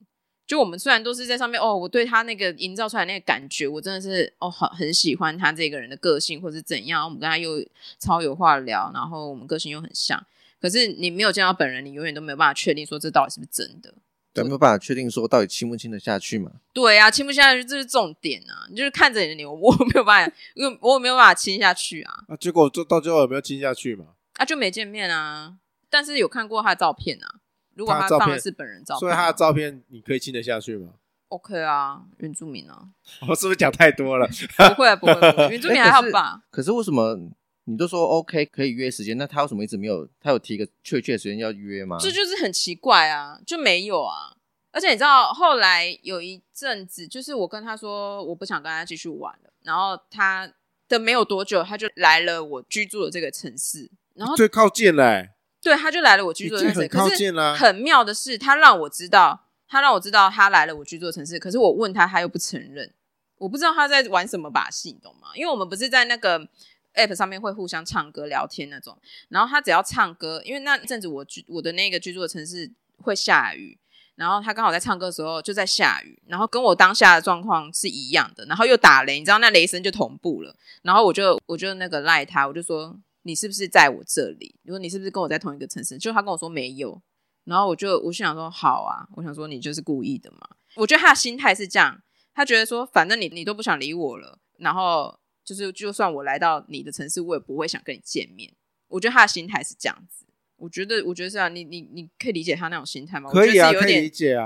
[SPEAKER 1] 就我们虽然都是在上面哦，我对他那个营造出来那个感觉，我真的是哦很很喜欢他这个人的个性，或是怎样，我们跟他又超有话聊，然后我们个性又很像。可是你没有见到本人，你永远都没有办法确定说这到底是不是真的。
[SPEAKER 4] 对，没有办法确定说到底亲不亲得下去嘛。
[SPEAKER 1] 对啊，亲不下去这是重点啊！你就是看着你的牛，我没有办法，因为我没有办法亲下去啊。
[SPEAKER 2] 啊，结果就到最后有没有亲下去嘛？
[SPEAKER 1] 啊，就没见面啊，但是有看过他的照片啊。如果
[SPEAKER 2] 他
[SPEAKER 1] 他
[SPEAKER 2] 的照
[SPEAKER 1] 放
[SPEAKER 2] 片
[SPEAKER 1] 的是本人照片，啊
[SPEAKER 2] 所以他的照片你可以亲得下去吗？
[SPEAKER 1] OK 啊，原住民啊，
[SPEAKER 2] 我是不是讲太多了？
[SPEAKER 1] 不会啊不会不会，原住
[SPEAKER 2] [LAUGHS] 哎
[SPEAKER 1] 民还好
[SPEAKER 4] 可是
[SPEAKER 2] 啊
[SPEAKER 1] 吧？
[SPEAKER 4] 可是为什么你都说 OK 可以约时间，那他为什么一直没有？他有提一个确切的时间要约吗？
[SPEAKER 1] 这就是很奇怪啊，就没有啊。而且你知道，后来有一阵子，就是我跟他说我不想跟他继续玩了，然后他的没有多久，他就来了我居住的这个城市，然后
[SPEAKER 2] 最靠近嘞、欸，
[SPEAKER 1] 对他就来了我居
[SPEAKER 2] 已
[SPEAKER 1] 住的城
[SPEAKER 2] 经
[SPEAKER 1] 市，
[SPEAKER 2] 很
[SPEAKER 1] 可
[SPEAKER 2] 靠
[SPEAKER 1] 是
[SPEAKER 2] 近啦、
[SPEAKER 1] 很妙的是，他让我知道，他让我知道他来了我居住的城市，可是我问他，他又不承认，我不知道他在玩什么把戏，你懂吗？因为我们不是在那个 app 上面会互相唱歌聊天那种，然后他只要唱歌，因为那阵子我居我的那个居住的城市会下雨。然后他刚好在唱歌的时候就在下雨，然后跟我当下的状况是一样的，然后又打雷，你知道那雷声就同步了，然后我就我就那个赖他，我就说你是不是在我这里？如果你是不是跟我在同一个城市？就他跟我说没有，然后我就我就想说，好啊，我想说你就是故意的嘛。我觉得他的心态是这样，他觉得说，反正你你都不想理我了，然后就是就算我来到你的城市，我也不会想跟你见面。我觉得他的心态是这样子。我觉得，我觉得是啊，你你你可以理解他那种心态吗？
[SPEAKER 2] 可以啊，
[SPEAKER 1] 我觉得
[SPEAKER 2] 可
[SPEAKER 1] 哦是有
[SPEAKER 2] 以理
[SPEAKER 1] 点
[SPEAKER 2] 解啊。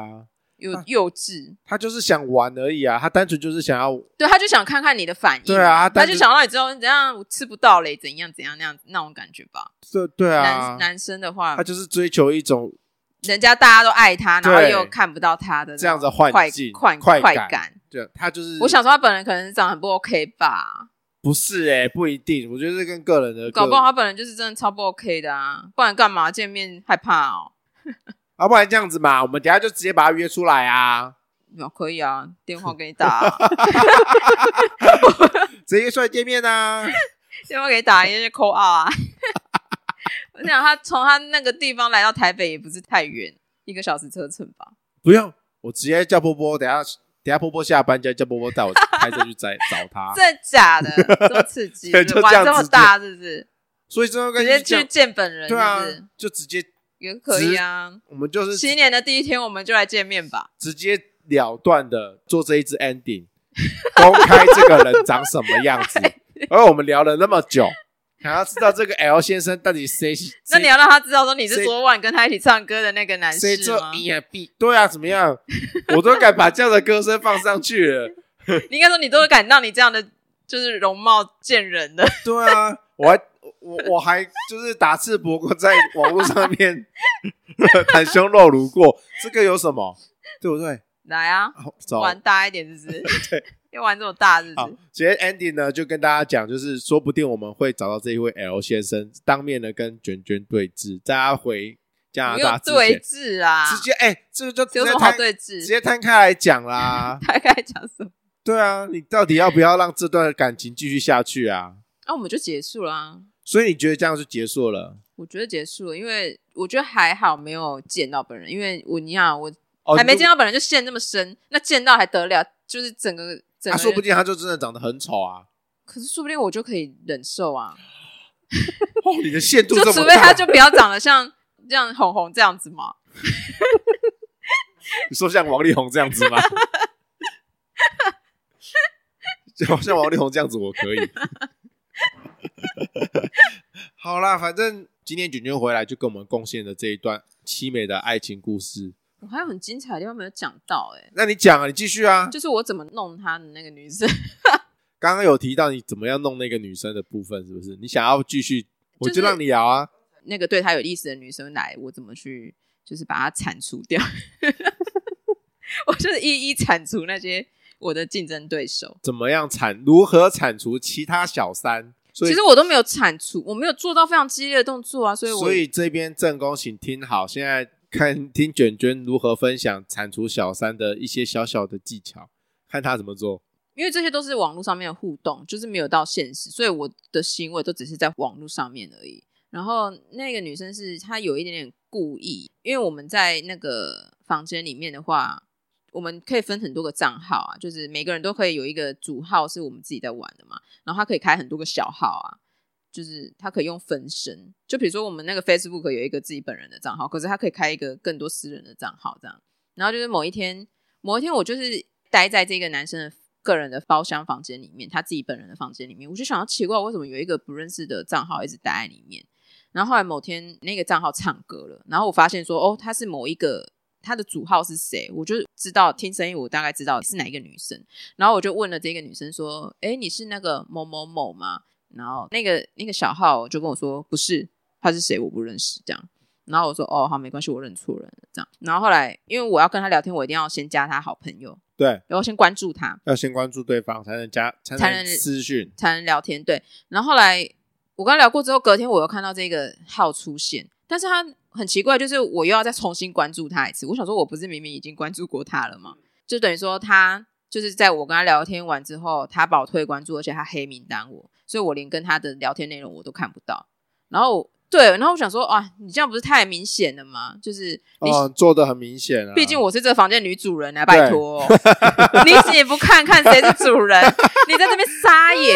[SPEAKER 1] 有幼稚，
[SPEAKER 2] 他就是想玩而已啊，他单纯就是想要
[SPEAKER 1] 对，他就想看看你的反应，
[SPEAKER 2] 对
[SPEAKER 1] 他
[SPEAKER 2] 啊但
[SPEAKER 1] 就是想让你知道怎样，我吃不到嘞，怎样怎样那样那种感觉吧。
[SPEAKER 2] 这对
[SPEAKER 1] 男，
[SPEAKER 2] 啊
[SPEAKER 1] 男生的话
[SPEAKER 2] 他，就是追求一种
[SPEAKER 1] 人家大家都爱他，然后
[SPEAKER 2] 对
[SPEAKER 1] 又看不到他的那
[SPEAKER 2] 这样
[SPEAKER 1] 种
[SPEAKER 2] 的幻
[SPEAKER 1] 快
[SPEAKER 2] 境
[SPEAKER 1] 快
[SPEAKER 2] 快感
[SPEAKER 1] 感，
[SPEAKER 2] 对，他就是
[SPEAKER 1] 我想说他本人可能长得很不 OK 吧，
[SPEAKER 2] 不是哎、不一定，我觉得是跟个人的
[SPEAKER 1] 搞
[SPEAKER 2] 个
[SPEAKER 1] 不好他本人就是真的超不 OK 的啊，不然干嘛见面害怕哦？
[SPEAKER 2] 要、啊不然这样子嘛，我们等一下就直接把他约出来啊，
[SPEAKER 1] 有可以啊，电话给你打啊， [LAUGHS]
[SPEAKER 2] 直接约出来见面啊。
[SPEAKER 1] 电话给你打，因为扣二啊。 [LAUGHS] 我想他从他那个地方来到台北也不是太远，一个小时车程吧。
[SPEAKER 2] [LAUGHS] 不用，我直接叫波波，等一下等一下波波下班，叫叫波波带我开车去找找
[SPEAKER 1] [LAUGHS]
[SPEAKER 2] 他。
[SPEAKER 1] 真的假的？这么刺激，
[SPEAKER 2] 啊 [LAUGHS] 对就这
[SPEAKER 1] 玩
[SPEAKER 2] 样
[SPEAKER 1] 这么
[SPEAKER 2] 直接
[SPEAKER 1] 大是不是？
[SPEAKER 2] 所以这种
[SPEAKER 1] 直
[SPEAKER 2] 感
[SPEAKER 1] 接
[SPEAKER 2] 觉
[SPEAKER 1] 去见本人是
[SPEAKER 2] 对啊
[SPEAKER 1] 不是？，
[SPEAKER 2] 就直接
[SPEAKER 1] 也可以啊。
[SPEAKER 2] 我们就是
[SPEAKER 1] 新年的第一天我们就来见面吧。
[SPEAKER 2] 直接了断的做这一支 ending，公 [LAUGHS] 开这个人长什么样
[SPEAKER 1] [LAUGHS]
[SPEAKER 2] 子。而我们聊了那么久，想要知道这个 L 先生到底谁？
[SPEAKER 1] 那你要让他知道说你是
[SPEAKER 2] 谁
[SPEAKER 1] 昨晚跟他一起唱歌的那个男士
[SPEAKER 2] 谁这
[SPEAKER 1] 吗？
[SPEAKER 2] 也必对啊？怎么样？我都敢把这样的歌声放上去了。
[SPEAKER 1] 你应该说你都敢让你这样的就是容貌见人的， [LAUGHS]
[SPEAKER 2] 对啊，我还我我还就是打赤膊过，在网络上
[SPEAKER 1] [LAUGHS]
[SPEAKER 2] 面袒胸露乳过，这个有什么？对不对？
[SPEAKER 1] 来啊，
[SPEAKER 2] 好，走。
[SPEAKER 1] 玩大一点是不
[SPEAKER 2] [LAUGHS]
[SPEAKER 1] 是？对，要玩这么大是不
[SPEAKER 2] 好
[SPEAKER 1] 是？，
[SPEAKER 2] 今天 Andy 呢就跟大家讲，就是说不定我们会找到这一位 L 先生，当面呢跟卷卷对峙，在他回加拿
[SPEAKER 1] 不
[SPEAKER 2] 大
[SPEAKER 1] 用
[SPEAKER 2] 之
[SPEAKER 1] 对
[SPEAKER 2] 前，
[SPEAKER 1] 峙啊，
[SPEAKER 2] 直接哎、这个就直
[SPEAKER 1] 有
[SPEAKER 2] 接
[SPEAKER 1] 什么好
[SPEAKER 2] 摊
[SPEAKER 1] 对 [LAUGHS]
[SPEAKER 2] 直
[SPEAKER 1] 峙？。
[SPEAKER 2] 接摊开来讲啦
[SPEAKER 1] [LAUGHS] 大概讲什么？
[SPEAKER 2] 对啊，你到底要不要让这段感情继续下去啊？
[SPEAKER 1] 那、我们就结束啦。
[SPEAKER 2] 所以你觉得这样就结束了？
[SPEAKER 1] 我觉得结束了，因为我觉得还好没有见到本人，因为我你想我
[SPEAKER 2] 哦，
[SPEAKER 1] 还没
[SPEAKER 2] 你就
[SPEAKER 1] 见到本人就陷那么深，那见到还得了？就是整个整
[SPEAKER 2] 啊，
[SPEAKER 1] 个，
[SPEAKER 2] 说不定他就真的长得很丑啊！
[SPEAKER 1] 可是说不定我就可以忍受啊，
[SPEAKER 2] 哦，你的限度
[SPEAKER 1] 就
[SPEAKER 2] 这
[SPEAKER 1] 除
[SPEAKER 2] 么
[SPEAKER 1] 非他
[SPEAKER 2] 大，
[SPEAKER 1] 就不要长得像这样红红这样子嘛。
[SPEAKER 2] 你说像王力宏这
[SPEAKER 1] [LAUGHS]
[SPEAKER 2] 样子吗？就像王力宏这样子，我可以。
[SPEAKER 1] [LAUGHS]
[SPEAKER 2] 好啦，反正今天卷卷回来就跟我们贡献了这一段凄美的爱情故事。
[SPEAKER 1] 我还有很精彩的地方没有讲到、欸，
[SPEAKER 2] 那你讲啊，你继续啊。
[SPEAKER 1] 就是我怎么弄他的那个女生， [LAUGHS]
[SPEAKER 2] 刚刚有提到你怎么样弄那个女生的部分，是不是？你想要继续，我
[SPEAKER 1] 就
[SPEAKER 2] 就是让你聊啊。
[SPEAKER 1] 那个对他有意思的女生来，我怎么去就是把她铲除掉？ [LAUGHS] 我就是一一铲除那些我的竞争对手。
[SPEAKER 2] 怎么样铲？如何铲除其他小三？所以
[SPEAKER 1] 其实我都没有铲除，我没有做到非常激烈的动作啊，所以我
[SPEAKER 2] 所以这边正宫，请听好，现在看听卷卷如何分享铲除小三的一些小小的技巧，看他怎么做。
[SPEAKER 1] 因为这些都是网络上面的互动，就是没有到现实，所以我的行为都只是在网络上面而已。然后那个女生是她有一点点故意，因为我们在那个房间里面的话，我们可以分很多个账号啊，就是每个人都可以有一个主号是我们自己在玩的嘛，然后她可以开很多个小号啊。就是她可以用分身，就比如说我们那个 Facebook 有一个自己本人的账号，可是她可以开一个更多私人的账号这样。然后就是某一天，某一天我就是待在这个男生的个人的包厢房间里面，他自己本人的房间里面，我就想要奇怪，为什么有一个不认识的账号一直待在里面？然后后来某天那个账号唱歌了，然后我发现说，哦，他是某一个他的主号是谁，我就知道听声音，我大概知道是哪一个女生。然后我就问了这个女生说，诶，你是那个某某某吗？然后那个那个小号就跟我说，不是，他是谁我不认识这样。然后我说，哦，好，没关系，我认错人了这样。然后后来因为我要跟他聊天，我一定要先加他好朋友，
[SPEAKER 2] 对，
[SPEAKER 1] 然后先关注他。
[SPEAKER 2] 要先关注对方才能加，才
[SPEAKER 1] 才
[SPEAKER 2] 能
[SPEAKER 1] 能
[SPEAKER 2] 私讯。
[SPEAKER 1] 才能聊天。对，然后后来我刚聊过之后，隔天我又看到这个号出现，但是他很奇怪，就是我又要再重新关注他一次。我想说，我不是明明已经关注过他了吗？就等于说他就是在我跟他聊天完之后，他把我退关注，而且他黑名单我，所以我连跟他的聊天内容我都看不到。然后我对，然后我想说，啊，你这样不是太明显了吗？就是你。
[SPEAKER 2] 哦，做的很明显啊。
[SPEAKER 1] 毕竟我是这个房间的女主人啊，拜托、你死也不看看谁是主人，你在这边撒野，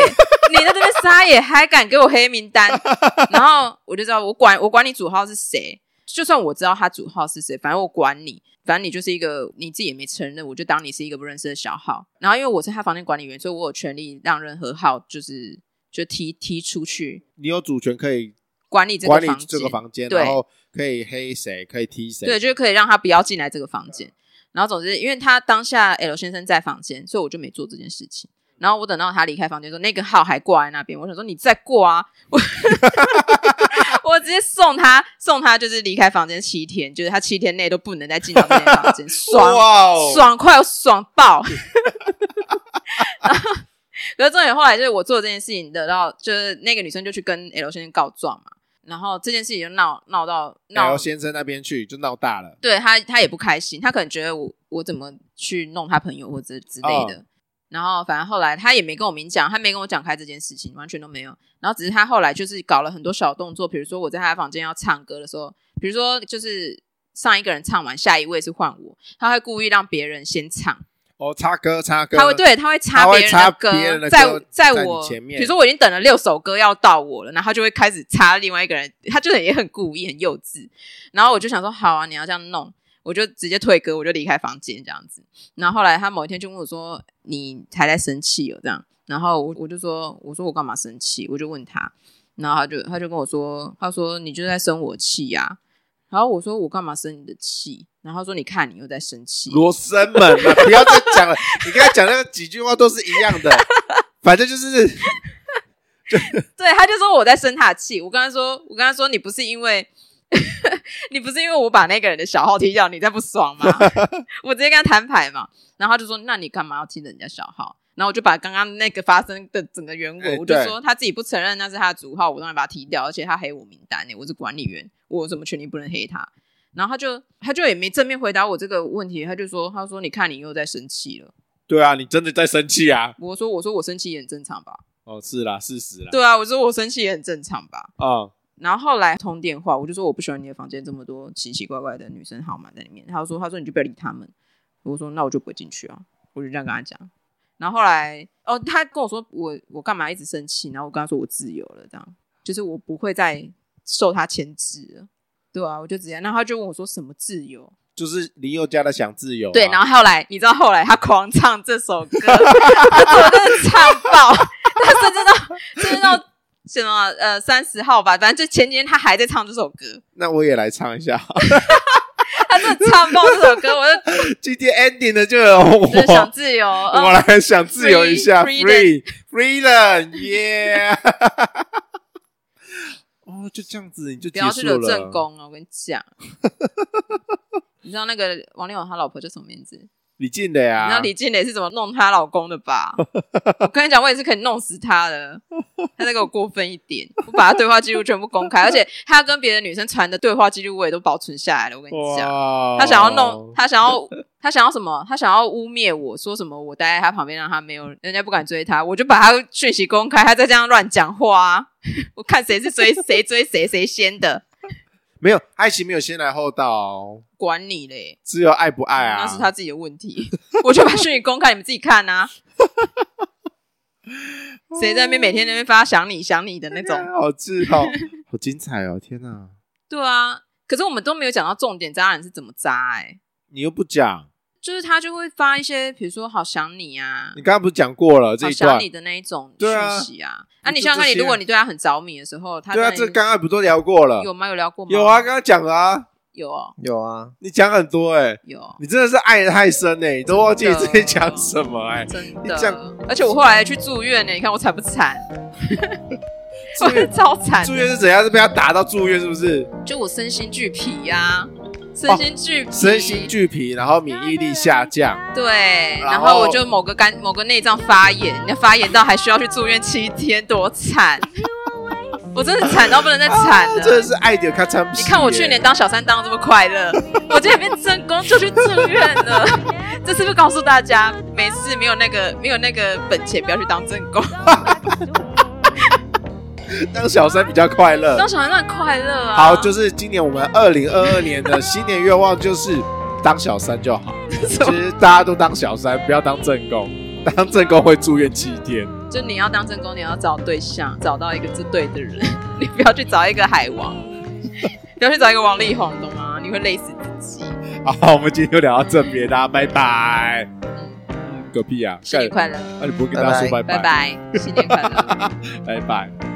[SPEAKER 1] 你在这边撒野，还敢给我黑名单？然后我就知道，我管我管你主号是谁，就算我知道他主号是谁，反正我管你，反正你就是一个你自己也没承认，我就当你是一个不认识的小号。然后因为我是他房间管理员，所以我有权利让任何号就是就踢踢出去
[SPEAKER 2] 你有主权可以
[SPEAKER 1] 管理这个
[SPEAKER 2] 管理
[SPEAKER 1] 房
[SPEAKER 2] 这
[SPEAKER 1] 间
[SPEAKER 2] 个。房间，
[SPEAKER 1] 对
[SPEAKER 2] 然后可以黑谁，可以踢谁。
[SPEAKER 1] 对，就是可以让他不要进来这个房间。然后总之，因为他当下 L 先生在房间，所以我就没做这件事情。然后我等到他离开房间的时候，那个号还挂在那边，我想说你再挂啊， [LAUGHS] 我我直接送他送他就是离开房间七天，就是他七天内都不能再进到这间房间，爽
[SPEAKER 2] [LAUGHS] 哇哦，
[SPEAKER 1] 爽快爽爆。 [LAUGHS] 然后可是重点后来就是我做这件事情得到，就是那个女生就去跟 L 先生告状嘛，然后这件事情就闹闹到闹
[SPEAKER 2] L 先生那边去就闹大了。
[SPEAKER 1] 对他，他也不开心，他可能觉得我我怎么去弄他朋友或者之类的。然后反正后来他也没跟我明讲，他没跟我讲开这件事情，完全都没有。然后只是他后来就是搞了很多小动作，比如说我在他房间要唱歌的时候，比如说就是上一个人唱完，下一位是换我，他会故意让别人先唱。
[SPEAKER 2] 哦，插歌插歌，
[SPEAKER 1] 他会对，他会插
[SPEAKER 2] 他会
[SPEAKER 1] 别人
[SPEAKER 2] 插
[SPEAKER 1] 的歌，
[SPEAKER 2] 别人的
[SPEAKER 1] 在
[SPEAKER 2] 歌
[SPEAKER 1] 在
[SPEAKER 2] 在
[SPEAKER 1] 我
[SPEAKER 2] 你前面
[SPEAKER 1] 比如说我已经等了六首歌要到我了，然后他就会开始插另外一个人，他就是也很故意很幼稚，然后我就想说好啊，你要这样弄，我就直接退歌，我就离开房间这样子。然后后来他某一天就问我说：“你还在生气哦？”这样，然后我我就说：“我说我干嘛生气？”我就问他，然后他就他就跟我说：“他说你就在生我气呀、然后我说：“我干嘛生你的气？”然后他说：“你看你又在生气。”
[SPEAKER 2] 罗生门啊，不要再讲了，你跟他讲那几句话都是一样
[SPEAKER 1] [LAUGHS]
[SPEAKER 2] 的，反正就是
[SPEAKER 1] 对，他就说我在生他的气。我跟他说，我跟他说，你不是因为， [LAUGHS] 你不是因为我把那个人的小号踢掉，你在不爽吗？ [LAUGHS] 我直接跟他摊牌嘛。然后他就说，那你干嘛要踢人家小号？然后我就把刚刚那个发生的整个原委，
[SPEAKER 2] 哎
[SPEAKER 1] 我就
[SPEAKER 2] 对
[SPEAKER 1] 说他自己不承认那是他的主号，我当然把他踢掉，而且他黑我名单欸呢、我是管理员，我有什么权利不能黑他？然后他就他就也没正面回答我这个问题，他就说他说你看你又在生气了。
[SPEAKER 2] 对啊，你真的在生气啊？
[SPEAKER 1] 我说我说我生气也很正常吧？
[SPEAKER 2] 哦，是啦，事实啦，
[SPEAKER 1] 对啊，我说我生气也很正常吧？
[SPEAKER 2] 啊，
[SPEAKER 1] 然后后来通电话，我就说我不喜欢你的房间这么多奇奇怪怪的女生号码在里面。他就说他说你就不要理他们。我说那我就不会进去啊，我就这样跟他讲。然后后来哦，他跟我说我我干嘛一直生气？然后我跟他说我自由了，这样就是我不会再受他牵制了。对啊，我就直接，然后他就问我说什么自由？
[SPEAKER 2] 就是林宥嘉的想自由啊，
[SPEAKER 1] 对，然后后来你知道后来他狂唱这首歌，我真的唱爆，他甚至到甚至到什么呃三十号吧，反正就前几天他还在唱这首歌，
[SPEAKER 2] 那我也来唱一下， [LAUGHS]
[SPEAKER 1] 他真的唱爆这首歌，我就
[SPEAKER 2] 今天 ending 了就有
[SPEAKER 1] 真的想
[SPEAKER 2] 我。
[SPEAKER 1] 自由，
[SPEAKER 2] [LAUGHS] 我
[SPEAKER 1] 嗯，
[SPEAKER 2] 来想自由一下
[SPEAKER 1] Free-freedom
[SPEAKER 2] ，free，freedom，耶！ [LAUGHS] 哦，就这样子，你就
[SPEAKER 1] 不
[SPEAKER 2] 结
[SPEAKER 1] 要去
[SPEAKER 2] 束
[SPEAKER 1] 惹
[SPEAKER 2] 了。
[SPEAKER 1] 正宫啊！我跟你讲， [LAUGHS] 你知道那个王力宏他老婆叫什么名字？
[SPEAKER 2] 李静的
[SPEAKER 1] 你知道
[SPEAKER 2] 呀，
[SPEAKER 1] 李静蕾是怎么弄她老公的吧？ [LAUGHS] 我跟你讲，我也是可以弄死她的。她再给我过分一点，我把她对话记录全部公开，而且她跟别的女生传的对话记录我也都保存下来了。我跟你讲，
[SPEAKER 2] 哇哦
[SPEAKER 1] 她想要弄，她想要，她想要什么？她想要污蔑我说什么？我待在她旁边，让她没有人家不敢追她，我就把她讯息公开。她再这样乱讲话、啊， [LAUGHS] 我看谁是追谁追谁谁先的，
[SPEAKER 2] 没有爱情没有先来后到哦，
[SPEAKER 1] 管你嘞！
[SPEAKER 2] 只有爱不爱啊。
[SPEAKER 1] 那是他自己的问题， [LAUGHS] 我就把讯息公开，你们自己看啊。谁在那边每天在那边发想你想你的那种？
[SPEAKER 2] 好
[SPEAKER 1] [LAUGHS]
[SPEAKER 2] 自豪，好精彩哦！天哪，
[SPEAKER 1] 对啊，可是我们都没有讲到重点，渣男是怎么渣哎、
[SPEAKER 2] 你又不讲，
[SPEAKER 1] 就是他就会发一些，比如说“好想你”啊
[SPEAKER 2] 你，刚刚不是讲过了这
[SPEAKER 1] 好
[SPEAKER 2] 一段
[SPEAKER 1] 想你？的那一种
[SPEAKER 2] 对啊
[SPEAKER 1] 讯息啊。啊，
[SPEAKER 2] 就
[SPEAKER 1] 你想想看，
[SPEAKER 2] 这
[SPEAKER 1] 你
[SPEAKER 2] 些啊
[SPEAKER 1] 如果你对他很着迷的时候，他
[SPEAKER 2] 对
[SPEAKER 1] 当
[SPEAKER 2] 啊，
[SPEAKER 1] 然
[SPEAKER 2] 这刚刚不都聊过了？
[SPEAKER 1] 有吗？有聊过吗？
[SPEAKER 2] 有啊，刚刚讲了啊，
[SPEAKER 1] 有哦，
[SPEAKER 4] 有啊，
[SPEAKER 2] 你讲很多哎、
[SPEAKER 1] 有，啊
[SPEAKER 2] 你真的是爱的太深
[SPEAKER 1] 嗯
[SPEAKER 2] 哎、你都忘记你
[SPEAKER 1] 真
[SPEAKER 2] 自
[SPEAKER 1] 的
[SPEAKER 2] 己讲什么哎、
[SPEAKER 1] 真
[SPEAKER 2] 你这
[SPEAKER 1] 的。而且我后来去住院呢，你看我惨不惨？我超惨的，
[SPEAKER 2] 住院是怎样？是被他打到住院是不是？
[SPEAKER 1] 就我身心俱疲呀、身心俱疲，
[SPEAKER 2] 哦身心俱疲，然后免疫力下
[SPEAKER 3] [LAUGHS]
[SPEAKER 2] 降，
[SPEAKER 1] 对，
[SPEAKER 2] 然
[SPEAKER 1] 然
[SPEAKER 2] 后
[SPEAKER 1] 后我就某个肝某个内脏发炎，那发炎到还需要去住院七天，多惨！我真的惨到不能再惨
[SPEAKER 2] [LAUGHS] 啊
[SPEAKER 1] 了。
[SPEAKER 2] 真的是爱的咔嚓。
[SPEAKER 1] 你看我去年当小三当的这么快 [LAUGHS] 乐，我今天变正宫就去住院 [LAUGHS] 了。这是不是告诉大家，没事，没有那个没有那个本钱，不要去当正宫。
[SPEAKER 2] 当小三比较快乐
[SPEAKER 1] 当。小三很快乐啊。
[SPEAKER 2] 好，就是今年我们二零二二年的新年愿望就是当小三
[SPEAKER 1] [LAUGHS]
[SPEAKER 2] 就好。其实大家都当小三，不要当正宫，当正宫会住院七天。
[SPEAKER 1] 就你要当正宫，你要找对象，找到一个是对的人，你不要去找一个海王，不要去找一个王力宏，懂吗？你会累死自己。
[SPEAKER 2] 好，我们今天就聊到这边啦，拜拜。嗯，个屁啊！
[SPEAKER 1] 新年快乐，
[SPEAKER 2] 那、你不会跟大家说拜
[SPEAKER 1] 拜拜，新年快乐。
[SPEAKER 2] 拜拜。